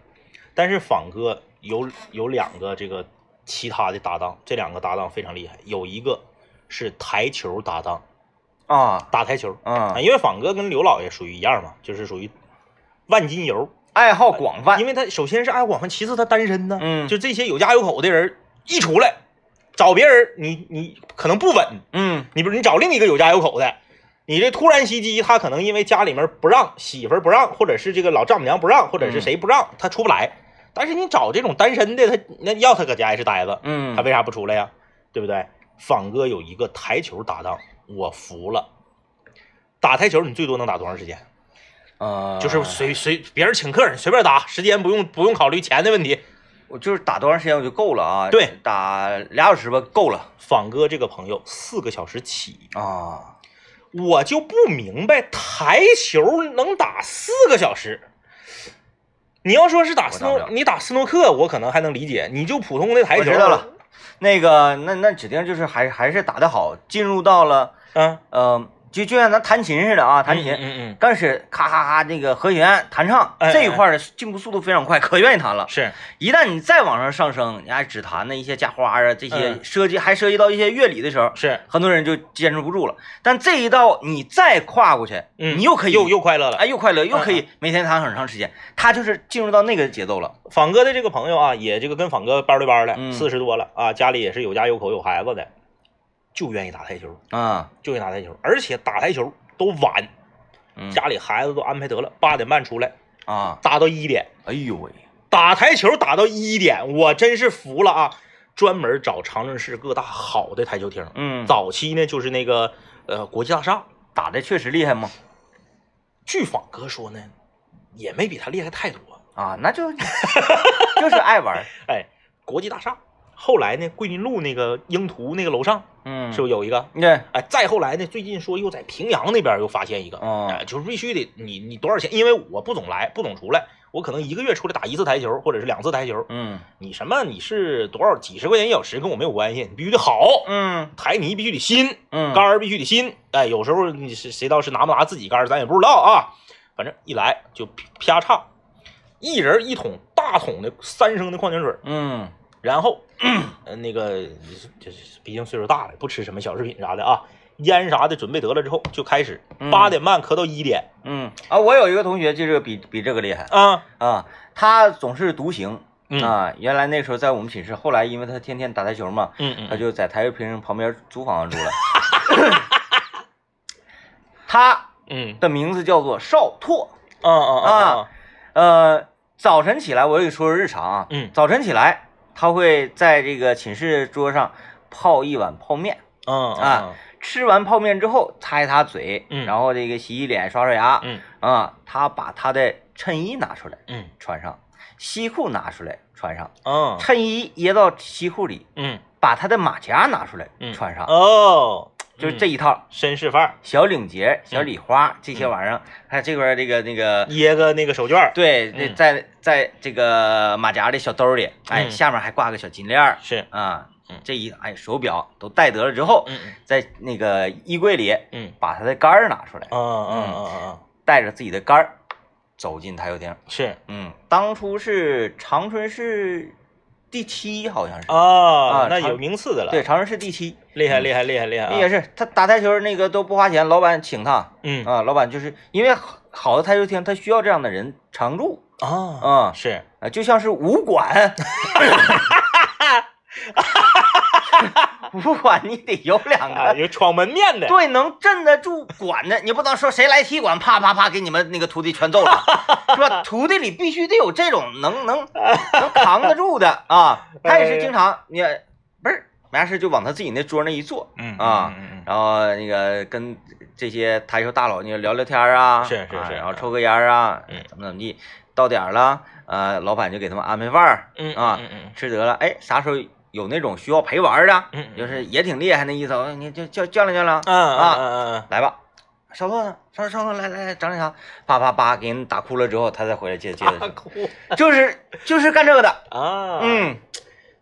Speaker 1: 但是仿哥有有两个这个其他的搭档，这两个搭档非常厉害，有一个是台球搭档，
Speaker 2: 啊
Speaker 1: 打台球
Speaker 2: 啊
Speaker 1: 啊，，因为仿哥跟刘老爷属于一样嘛，就是属于万金油，
Speaker 2: 爱好广泛
Speaker 1: 因，为他首先是爱广泛，其次他单身呢，
Speaker 2: 嗯
Speaker 1: 就这些有家有口的人一出来找别人，你你可能不稳，
Speaker 2: 嗯
Speaker 1: 你不是你找另一个有家有口的，你这突然袭击他，可能因为家里面不让，媳妇儿不让，或者是这个老丈母娘不让，或者是谁不让，他出不来。但是你找这种单身的，他那要他搁家也是呆子，
Speaker 2: 嗯
Speaker 1: 他，为啥不出来呀、对不对？仿哥有一个台球搭档，我服了。打台球你最多能打多长时间？
Speaker 2: 呃，
Speaker 1: 就是随随别人请客，你随便打，时间不用不用考虑钱的问题。
Speaker 2: 我就是打多长时间我就够了啊，
Speaker 1: 对，
Speaker 2: 打俩小时吧，够了
Speaker 1: 仿哥这个朋友四个小时起，
Speaker 2: 啊。
Speaker 1: 我就不明白台球能打四个小时。你要说是打斯
Speaker 2: 我打
Speaker 1: 诺
Speaker 2: 不，了
Speaker 1: 你打斯诺克，我可能还能理解。你就普通的台
Speaker 2: 我
Speaker 1: 球，
Speaker 2: 知道了，那个那那指定就是还还是打得好，进入到了
Speaker 1: 啊，
Speaker 2: 呃就就像咱弹琴似的啊，弹琴，
Speaker 1: 嗯嗯
Speaker 2: 刚开始咔咔咔这个和弦弹唱
Speaker 1: 哎哎
Speaker 2: 这一块儿的进步速度非常快，可愿意弹了
Speaker 1: 嗯，。是，
Speaker 2: 一旦你再往上上升，你还指弹的一些加花啊，这些
Speaker 1: 嗯
Speaker 2: 涉及还涉及到一些乐理的时候，
Speaker 1: 是，
Speaker 2: 很多人就坚持不住了。但这一道你再跨过去，
Speaker 1: 嗯，
Speaker 2: 你又可以
Speaker 1: 又又快乐了。
Speaker 2: 哎又快乐，又可以每天弹很长时间，他就是进入到那个节奏了。
Speaker 1: 仿哥的这个朋友啊，也这个跟仿哥班对班的，
Speaker 2: 嗯
Speaker 1: 四十多了啊，家里也是有家有口有孩子的，就愿意打台球，
Speaker 2: 啊，
Speaker 1: 就愿意打台球，而且打台球都晚，
Speaker 2: 嗯
Speaker 1: 家里孩子都安排得了，八点半出来，
Speaker 2: 啊，
Speaker 1: 打到一点，
Speaker 2: 哎呦喂，
Speaker 1: 打台球打到一点，我真是服了啊！专门找长春市各大好的台球厅，
Speaker 2: 嗯，
Speaker 1: 早期呢就是那个呃国际大厦，
Speaker 2: 打的确实厉害吗？
Speaker 1: 据仿哥说呢，也没比他厉害太多。
Speaker 2: 啊，那 就就是爱玩儿，
Speaker 1: 哎，国际大厦，后来呢桂林路那个英图那个楼上
Speaker 2: 嗯，
Speaker 1: 是不是有一个？
Speaker 2: 对，
Speaker 1: 哎，再后来呢，最近说又在平阳那边又发现一个，
Speaker 2: 哦
Speaker 1: 哎，就是必须得你你多少钱？因为我不总来，不总出来，我可能一个月出来打一次台球，或者是两次台球。
Speaker 2: 嗯
Speaker 1: 你什么？你是多少几十块钱一小时跟我没有关系，你必须得好，
Speaker 2: 嗯
Speaker 1: 台泥必须得新，
Speaker 2: 嗯，
Speaker 1: 杆儿必须得新。哎，有时候你是谁倒是拿不拿自己杆儿，咱也不知道啊。反正一来就啪啪嚓，一人一桶大桶的三升的矿泉水，
Speaker 2: 嗯
Speaker 1: 然后，呃，那个就是毕竟岁数大了，不吃什么小食品啥的啊，烟啥的准备得了之后就开始
Speaker 2: 嗯，
Speaker 1: 八点半磕到一点
Speaker 2: 嗯啊，我有一个同学就是比比这个厉害
Speaker 1: 啊，
Speaker 2: 啊，他总是独行
Speaker 1: 嗯
Speaker 2: 啊，原来那时候在我们寝室，后来因为他天天打台球嘛，
Speaker 1: 嗯
Speaker 2: 他
Speaker 1: 嗯
Speaker 2: 就在台球坪旁边租房 子住了。他
Speaker 1: 嗯
Speaker 2: 的名字叫做少拓，
Speaker 1: 啊啊啊
Speaker 2: 呃，早晨起来我也说说日常啊，
Speaker 1: 嗯
Speaker 2: 早晨起来他会在这个寝室桌上泡一碗泡面，
Speaker 1: 嗯
Speaker 2: 啊，吃完泡面之后擦一擦嘴，
Speaker 1: 嗯
Speaker 2: 然后这个洗洗脸、刷刷牙，
Speaker 1: 嗯
Speaker 2: 啊，他把他的衬衣拿出来
Speaker 1: 嗯
Speaker 2: 穿上，西裤拿出来穿上，
Speaker 1: 嗯
Speaker 2: 衬衣掖到西裤里，
Speaker 1: 嗯
Speaker 2: 把他的马甲拿出来
Speaker 1: 嗯，
Speaker 2: 穿上，
Speaker 1: 哦，
Speaker 2: 就是这
Speaker 1: 嗯
Speaker 2: 一套
Speaker 1: 绅士范儿，
Speaker 2: 小领结、小礼花这些玩意儿，还有这块儿这个那个。
Speaker 1: 掖个那个手绢儿，
Speaker 2: 对，那
Speaker 1: 嗯
Speaker 2: 在在这个马甲的小兜里，哎，
Speaker 1: 嗯
Speaker 2: 下面还挂个小金链儿
Speaker 1: 是，
Speaker 2: 啊
Speaker 1: 嗯，
Speaker 2: 这一哎手表都戴得了之后，
Speaker 1: 嗯
Speaker 2: 在那个衣柜里
Speaker 1: 嗯
Speaker 2: 把他的杆儿拿出来
Speaker 1: 嗯，嗯嗯嗯
Speaker 2: 带着自己的杆儿走进台球厅。
Speaker 1: 是
Speaker 2: 嗯，当初是长春市第七，好像是，
Speaker 1: 啊，
Speaker 2: 啊
Speaker 1: 那
Speaker 2: 长
Speaker 1: 有名次的了，
Speaker 2: 对，，长春市第七，
Speaker 1: 厉害
Speaker 2: 嗯
Speaker 1: 厉害厉害厉害
Speaker 2: 那也
Speaker 1: 啊，
Speaker 2: 是他打台球那个都不花钱，老板请他
Speaker 1: 嗯
Speaker 2: 啊，老板就是因为好好的台球厅，他需要这样的人常驻
Speaker 1: 啊
Speaker 2: 啊
Speaker 1: 是，
Speaker 2: 啊，就像是武馆， 武馆你得有两
Speaker 1: 啊
Speaker 2: 个。
Speaker 1: 有闯门面的，
Speaker 2: 对，能镇得住馆的，你不能说谁来踢馆，啪啪啪给你们那个徒弟全揍了，是吧？徒弟里必须得有这种能能能扛得住的啊。他也是经常，你不是没啥事就往他自己那桌那一坐，
Speaker 1: 嗯
Speaker 2: 啊
Speaker 1: 嗯嗯嗯
Speaker 2: 然后那个跟这些台球大佬你聊聊天儿啊，
Speaker 1: 是是
Speaker 2: 啊
Speaker 1: 是
Speaker 2: 然后抽个烟儿啊，
Speaker 1: 嗯
Speaker 2: 怎么怎么地，到点儿了，呃，老板就给他们安排饭儿，
Speaker 1: 嗯
Speaker 2: 啊
Speaker 1: 嗯嗯
Speaker 2: 吃得了，哎，啥时候有那种需要陪玩儿的，
Speaker 1: 嗯嗯
Speaker 2: 就是也挺厉害那意思，我你就叫叫量较量，
Speaker 1: 嗯嗯嗯
Speaker 2: 来吧，少乐呢，少少乐来来来整理啥，叭叭叭给人打哭了之后，他再回来接接
Speaker 1: 嗯，
Speaker 2: 着，
Speaker 1: 哭
Speaker 2: 就是就是干这个的，
Speaker 1: 啊，，
Speaker 2: 嗯，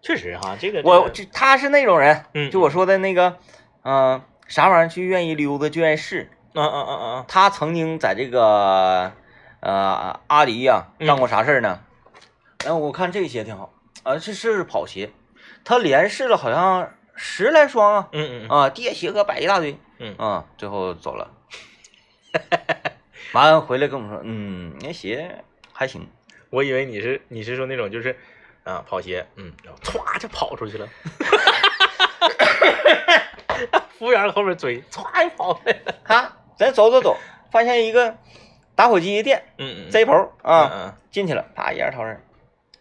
Speaker 1: 确实哈，这个
Speaker 2: 我就他是那种人，
Speaker 1: 嗯
Speaker 2: 就我说的那个，嗯，啥玩意儿就愿意溜达就愿意试。
Speaker 1: 嗯嗯嗯
Speaker 2: 他曾经在这个呃阿迪呀、
Speaker 1: 嗯
Speaker 2: 干过啥事儿呢？然后我看这鞋挺好，啊，这是跑鞋，他连试了好像十来双啊，
Speaker 1: 嗯嗯嗯
Speaker 2: 啊，地下鞋盒摆一大堆，
Speaker 1: 嗯
Speaker 2: 啊，最后走了， 完回来跟我们说，嗯，那鞋还行，
Speaker 1: 我以为你是你是说那种就是啊跑鞋，嗯，然后歘就跑出去了， 服务员后面追，歘就跑出来了，
Speaker 2: 啊，咱走走走，发现一个打火机的店
Speaker 1: 嗯嗯，
Speaker 2: ，Z 头啊，
Speaker 1: 嗯
Speaker 2: 进去了，啪一样掏出来，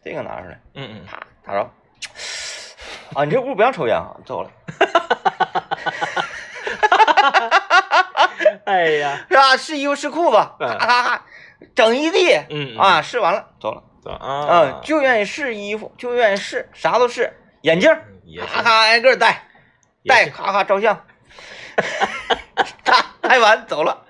Speaker 2: 这个拿出来。
Speaker 1: 嗯嗯
Speaker 2: 啪打着。 啊，你这屋不让抽烟啊，走了，
Speaker 1: 嗯，哎呀，
Speaker 2: 是吧？试衣服试裤子，咔
Speaker 1: 嗯
Speaker 2: 咔咔，整一地，
Speaker 1: 嗯
Speaker 2: 啊，试完了走了，
Speaker 1: 啊
Speaker 2: 嗯，，就愿意试衣服，就愿意试，啥都试，眼镜儿，
Speaker 1: 嗯也
Speaker 2: 咔咔挨个儿戴，戴咔咔照相， 戴戴完走了，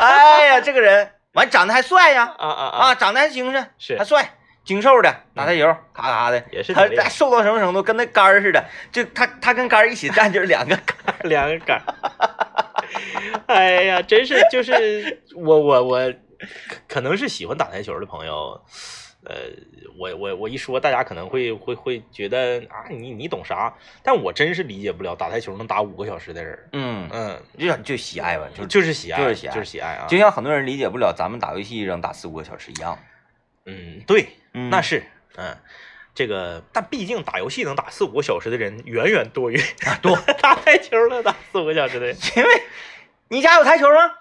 Speaker 2: 哎呀，这个人完长得还帅呀，
Speaker 1: 啊啊
Speaker 2: 啊，长得还精神，
Speaker 1: 是嗯
Speaker 2: 还帅，精瘦的，打台球，咔咔的，
Speaker 1: 也是
Speaker 2: 他
Speaker 1: 挺厉害
Speaker 2: 他瘦到什么程度？跟那杆儿似的，就他他跟杆儿一起站，就是两个杆儿。
Speaker 1: 两个杆，哎呀，真是就是 我我我，可能是喜欢打台球的朋友，呃，我我我一说，大家可能会会会觉得啊，你你懂啥？但我真是理解不了打台球能打五个小时的人儿，
Speaker 2: 嗯，
Speaker 1: 嗯，
Speaker 2: 就想就喜爱吧，就是
Speaker 1: 就是喜爱，
Speaker 2: 嗯
Speaker 1: 就
Speaker 2: 就
Speaker 1: 是
Speaker 2: 喜爱
Speaker 1: 就是喜爱啊，
Speaker 2: 就像很多人理解不了咱们打游戏扔打四五个小时一样。
Speaker 1: 嗯，对，
Speaker 2: 嗯
Speaker 1: 那是，嗯，这个，但毕竟打游戏能打四五个小时的人远远多于
Speaker 2: 啊
Speaker 1: 多 打台球能打四五个小时的人。
Speaker 2: 因为你家有台球吗？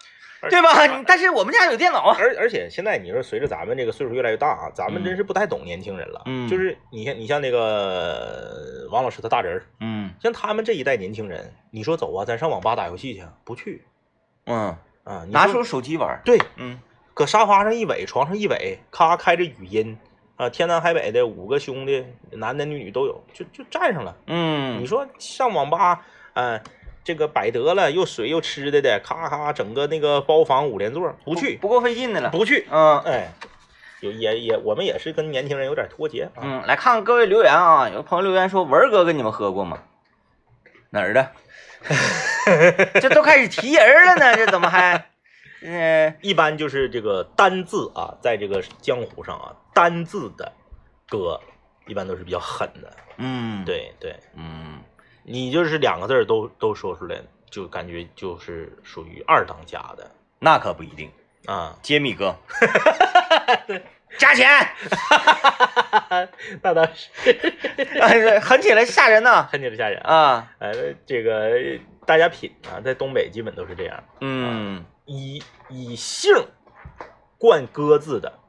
Speaker 1: 而
Speaker 2: 对吧？ 你但是我们家有电脑啊。
Speaker 1: 而而且现在你说随着咱们这个岁数越来越大啊，咱们
Speaker 2: 嗯
Speaker 1: 真是不太懂年轻人了。
Speaker 2: 嗯
Speaker 1: 就是你像你像那个王老师他大侄儿，
Speaker 2: 嗯
Speaker 1: 像他们这一代年轻人，你说走啊，咱上网吧打游戏去，不去
Speaker 2: 嗯，
Speaker 1: 啊？你
Speaker 2: 拿
Speaker 1: 说
Speaker 2: 出手机玩儿。
Speaker 1: 对，
Speaker 2: 嗯
Speaker 1: 搁沙发上一围，床上一围，咔开着语音啊，天南海北的五个兄弟，男男女女都有，就就站上了。
Speaker 2: 嗯
Speaker 1: 你说上网吧，嗯、这个百得了，又水又吃的的，咔咔整个那个包房五连座，不去
Speaker 2: 不够费劲的了。
Speaker 1: 不去，
Speaker 2: 嗯
Speaker 1: 哎，有也也我们也是跟年轻人有点脱节啊。
Speaker 2: 嗯，来看看各位留言啊，有朋友留言说文哥跟你们喝过吗？哪儿的？ 这都开始提人了呢，这 怎么还？嗯、
Speaker 1: 一般就是这个单字啊，在这个江湖上啊，单字的歌一般都是比较狠的。
Speaker 2: 嗯，，
Speaker 1: 对对，
Speaker 2: 嗯
Speaker 1: 你就是两个字儿都都说出来，就感觉就是属于二当家的
Speaker 2: 那可不一定。
Speaker 1: 啊。
Speaker 2: 杰米哥，加钱，
Speaker 1: 那倒是，
Speaker 2: 哎狠起来吓人呐！
Speaker 1: 很久的吓人啊。
Speaker 2: 啊，
Speaker 1: 哎，这个大家品啊，在东北基本都是这样。
Speaker 2: 嗯
Speaker 1: 以以姓冠哥字的，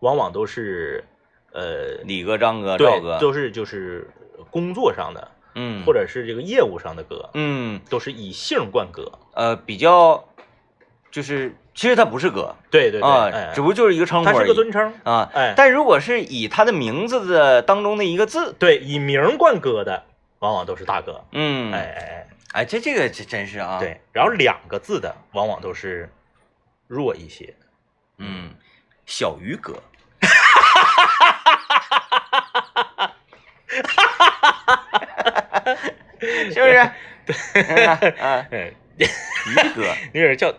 Speaker 1: 往往都是呃，
Speaker 2: 嗯李哥、张哥、赵
Speaker 1: 对，
Speaker 2: 哥，
Speaker 1: 都是就是工作上的，
Speaker 2: 嗯，
Speaker 1: 或者是这个业务上的哥，
Speaker 2: 嗯
Speaker 1: 都是以姓冠哥。
Speaker 2: 呃比较，就是其实他不是哥
Speaker 1: 对对对，
Speaker 2: 啊，
Speaker 1: 哎
Speaker 2: 只不，过就是一个称呼
Speaker 1: 他是
Speaker 2: 而
Speaker 1: 个
Speaker 2: 已
Speaker 1: 尊称。
Speaker 2: 啊。
Speaker 1: 哎，
Speaker 2: 但如果是以他的名字的当中的一个字，
Speaker 1: 对，以名冠哥的，往往都是大哥。
Speaker 2: 嗯，
Speaker 1: 哎哎
Speaker 2: 哎，这这个这真是啊，
Speaker 1: 哎，，对，然后两个字的，往往都是弱一些。
Speaker 2: 嗯，小鱼 哥， 是不是？对，啊，
Speaker 1: 嗯，
Speaker 2: 鱼哥，
Speaker 1: 那人叫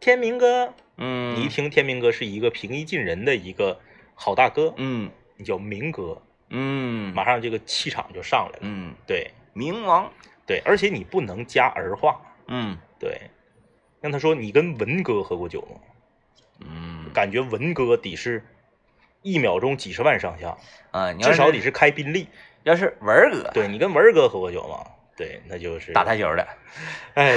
Speaker 1: 天明哥，
Speaker 2: 嗯，
Speaker 1: 你一听天明哥是一个平易近人的一个好大哥，
Speaker 2: 嗯
Speaker 1: 你叫明哥，
Speaker 2: 嗯
Speaker 1: 马上这个气场就上来了。
Speaker 2: 嗯，
Speaker 1: 对
Speaker 2: 冥王，
Speaker 1: 对，而且你不能加儿化，
Speaker 2: 嗯
Speaker 1: 对。让他说你跟文哥喝过酒吗？
Speaker 2: 嗯
Speaker 1: 感觉文哥得是，一秒钟几十万上下，
Speaker 2: 啊，你要
Speaker 1: 至少
Speaker 2: 是
Speaker 1: 得是开宾利。
Speaker 2: 要是文儿哥
Speaker 1: 对你跟文儿哥喝过酒吗？对，那就是
Speaker 2: 打台球的，
Speaker 1: 哎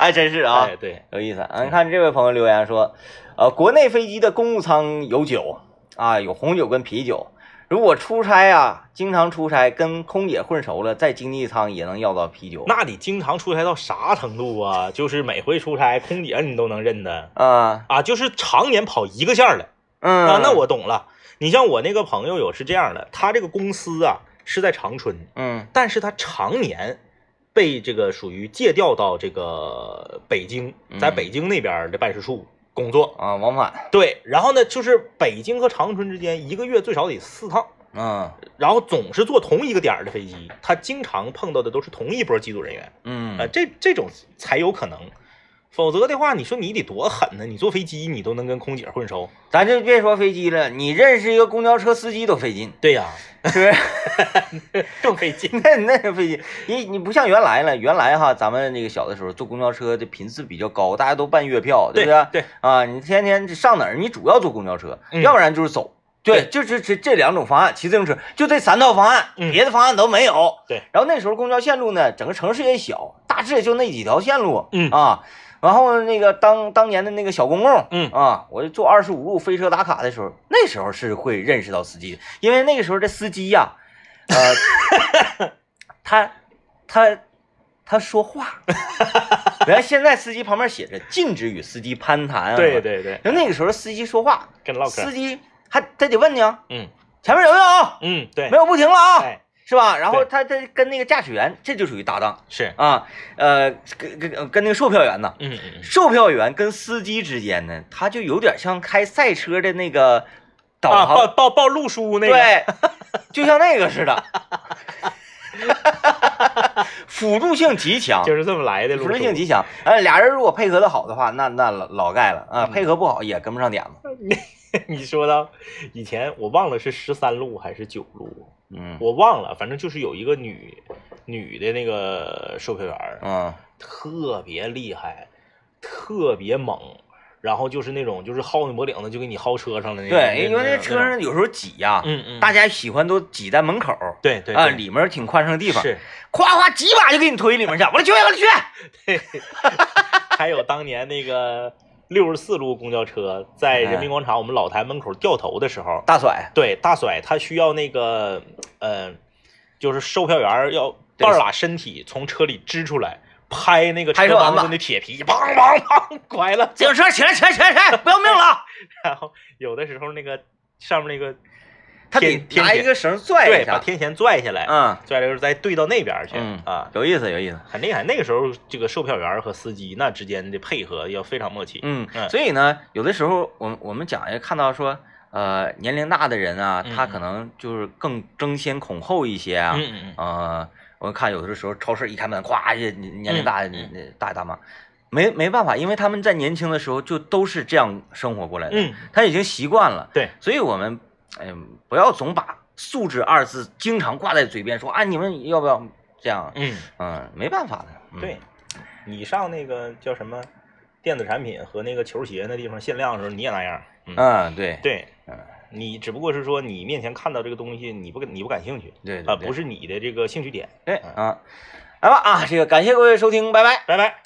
Speaker 2: 哎，真是啊
Speaker 1: 哎，对，
Speaker 2: 有意思啊！你看这位朋友留言说，呃，国内飞机的公务舱有酒啊，有红酒跟啤酒。如果出差啊，经常出差，跟空姐混熟了，在经济舱也能要到啤酒。
Speaker 1: 那你经常出差到啥程度啊？就是每回出差，空姐你都能认得
Speaker 2: 啊，
Speaker 1: 啊，就是常年跑一个线儿的
Speaker 2: 嗯
Speaker 1: 啊。那，我懂了。你像我那个朋友有是这样的，他这个公司啊是在长春，
Speaker 2: 嗯
Speaker 1: 但是他常年被这个属于借调到这个北京，在
Speaker 2: 嗯
Speaker 1: 北京那边的办事处工作。
Speaker 2: 啊，往返，
Speaker 1: 对，然后呢，就是北京和长春之间一个月最少得四趟，
Speaker 2: 嗯
Speaker 1: 然后总是坐同一个点儿的飞机，他经常碰到的都是同一波机组人员。呃，
Speaker 2: 嗯
Speaker 1: 这这种才有可能，否则的话，你说你得多狠呢？你坐飞机你都能跟空姐混熟？
Speaker 2: 咱就别说飞机了，你认识一个公交车司机都费劲，
Speaker 1: 对 呀、
Speaker 2: 是不是？
Speaker 1: 更费劲。
Speaker 2: 那那个飞机，你你不像原来了，原来哈，咱们那个小的时候坐公交车的频次比较高，大家都办月票，
Speaker 1: 对
Speaker 2: 不对？
Speaker 1: 对
Speaker 2: 啊，你天天上哪儿，你主要坐公交车，
Speaker 1: 嗯
Speaker 2: 要不然就是走。对，就这这这两种方案，骑自行车就这三套方案，
Speaker 1: 嗯
Speaker 2: 别的方案都没有。
Speaker 1: 对，
Speaker 2: 然后那时候公交线路呢，整个城市也小，大致也就那几条线路，
Speaker 1: 嗯
Speaker 2: 啊，然后那个当当年的那个小公共，
Speaker 1: 嗯
Speaker 2: 啊，我就坐二十五路飞车打卡的时候，那时候是会认识到司机的，因为那个时候这司机呀、呃，他他他说话， 然后现在司机旁边写着禁止与司机攀谈、啊，
Speaker 1: 对。对对，
Speaker 2: 然后那个时候司机说话，
Speaker 1: 跟唠
Speaker 2: 司
Speaker 1: 嗑。
Speaker 2: 机还他得问你啊，
Speaker 1: 嗯
Speaker 2: 前面有没有啊？
Speaker 1: 嗯，对
Speaker 2: 没，有不停了啊，
Speaker 1: 哎，
Speaker 2: 是吧？然后
Speaker 1: 对
Speaker 2: 他他跟那个驾驶员，这就属于搭档
Speaker 1: 是，
Speaker 2: 啊，呃，跟跟跟那个售票员呢，
Speaker 1: 嗯嗯
Speaker 2: 售票员跟司机之间呢，他就有点像开赛车的那个
Speaker 1: 嗯，
Speaker 2: 导
Speaker 1: 啊，
Speaker 2: 航，
Speaker 1: 报报报路啊 书那个，
Speaker 2: 对，就像那个似的，辅助性极强，
Speaker 1: 就是这么来的。
Speaker 2: 辅助性极强。呃，俩人如果配合的好的话，那那老老盖了啊、
Speaker 1: 嗯
Speaker 2: 配合不好也跟不上点子。
Speaker 1: 你说到以前我忘了是十三路还是九路，
Speaker 2: 嗯
Speaker 1: 我忘了，反正就是有一个女女的那个售票员儿，
Speaker 2: 嗯
Speaker 1: 特别厉害，特别猛，然后就是那种就是薅你脖领子就给你薅车上了那种。
Speaker 2: 对，因为
Speaker 1: 那
Speaker 2: 这
Speaker 1: 种
Speaker 2: 车，上有时候挤呀、
Speaker 1: 嗯嗯，
Speaker 2: 大家喜欢都挤在门口儿
Speaker 1: 对对
Speaker 2: 啊，
Speaker 1: 对
Speaker 2: 里面挺宽敞的地 方，
Speaker 1: 是。
Speaker 2: 夸夸几把就给你推里面去，我来去，我来去。
Speaker 1: 还有当年那个六十四路公交车在人民广场我们老坛门口掉头的时候，
Speaker 2: 大甩，
Speaker 1: 对大甩他需要那个呃，就是售票员儿要半拉身体从车里支出来，拍那个
Speaker 2: 拍
Speaker 1: 车
Speaker 2: 摄完
Speaker 1: 帮子
Speaker 2: 吧
Speaker 1: 那铁皮，梆梆梆拐了，
Speaker 2: 警车起来，起来，起来，起来，不要命了！
Speaker 1: 然后有的时候那个上面那个
Speaker 2: 他得
Speaker 1: 天天
Speaker 2: 拿
Speaker 1: 险
Speaker 2: 一个绳拽
Speaker 1: 对
Speaker 2: 一
Speaker 1: 把
Speaker 2: 下，
Speaker 1: 天弦拽下来，
Speaker 2: 嗯，
Speaker 1: 拽了之后再对到那边儿去、
Speaker 2: 嗯
Speaker 1: 啊。
Speaker 2: 有意思，有意思。
Speaker 1: 很厉害，那个时候这个售票员儿和司机那之间的配合要非常默契。
Speaker 2: 嗯
Speaker 1: 嗯，
Speaker 2: 所以呢，有的时候我们我们讲也看到说，呃，年龄大的人啊，
Speaker 1: 嗯
Speaker 2: 他可能就是更争先恐后一些啊。
Speaker 1: 嗯嗯嗯，
Speaker 2: 呃，我看有的时候超市一开门，咵，一年龄大的
Speaker 1: 嗯
Speaker 2: 那大爷大妈，没没办法，因为他们在年轻的时候就都是这样生活过来的，
Speaker 1: 嗯，
Speaker 2: 他已经习惯了。
Speaker 1: 对，
Speaker 2: 所以我们，嗯、不要总把素质二字经常挂在嘴边说，啊，你们要不要这样？
Speaker 1: 嗯。
Speaker 2: 嗯，没办法的。嗯
Speaker 1: 对，，你上那个叫什么电子产品和那个球鞋那地方限量的时候，你也那样。嗯，
Speaker 2: 嗯，对，
Speaker 1: 对
Speaker 2: 嗯，
Speaker 1: 你只不过是说你面前看到这个东西，你不你不感兴趣
Speaker 2: 对
Speaker 1: 啊，
Speaker 2: 对，
Speaker 1: 不
Speaker 2: 是，
Speaker 1: 是
Speaker 2: 哎
Speaker 1: 你的这个兴趣点。
Speaker 2: 对啊，来吧啊，这个感谢各位收听，拜拜。
Speaker 1: 拜拜。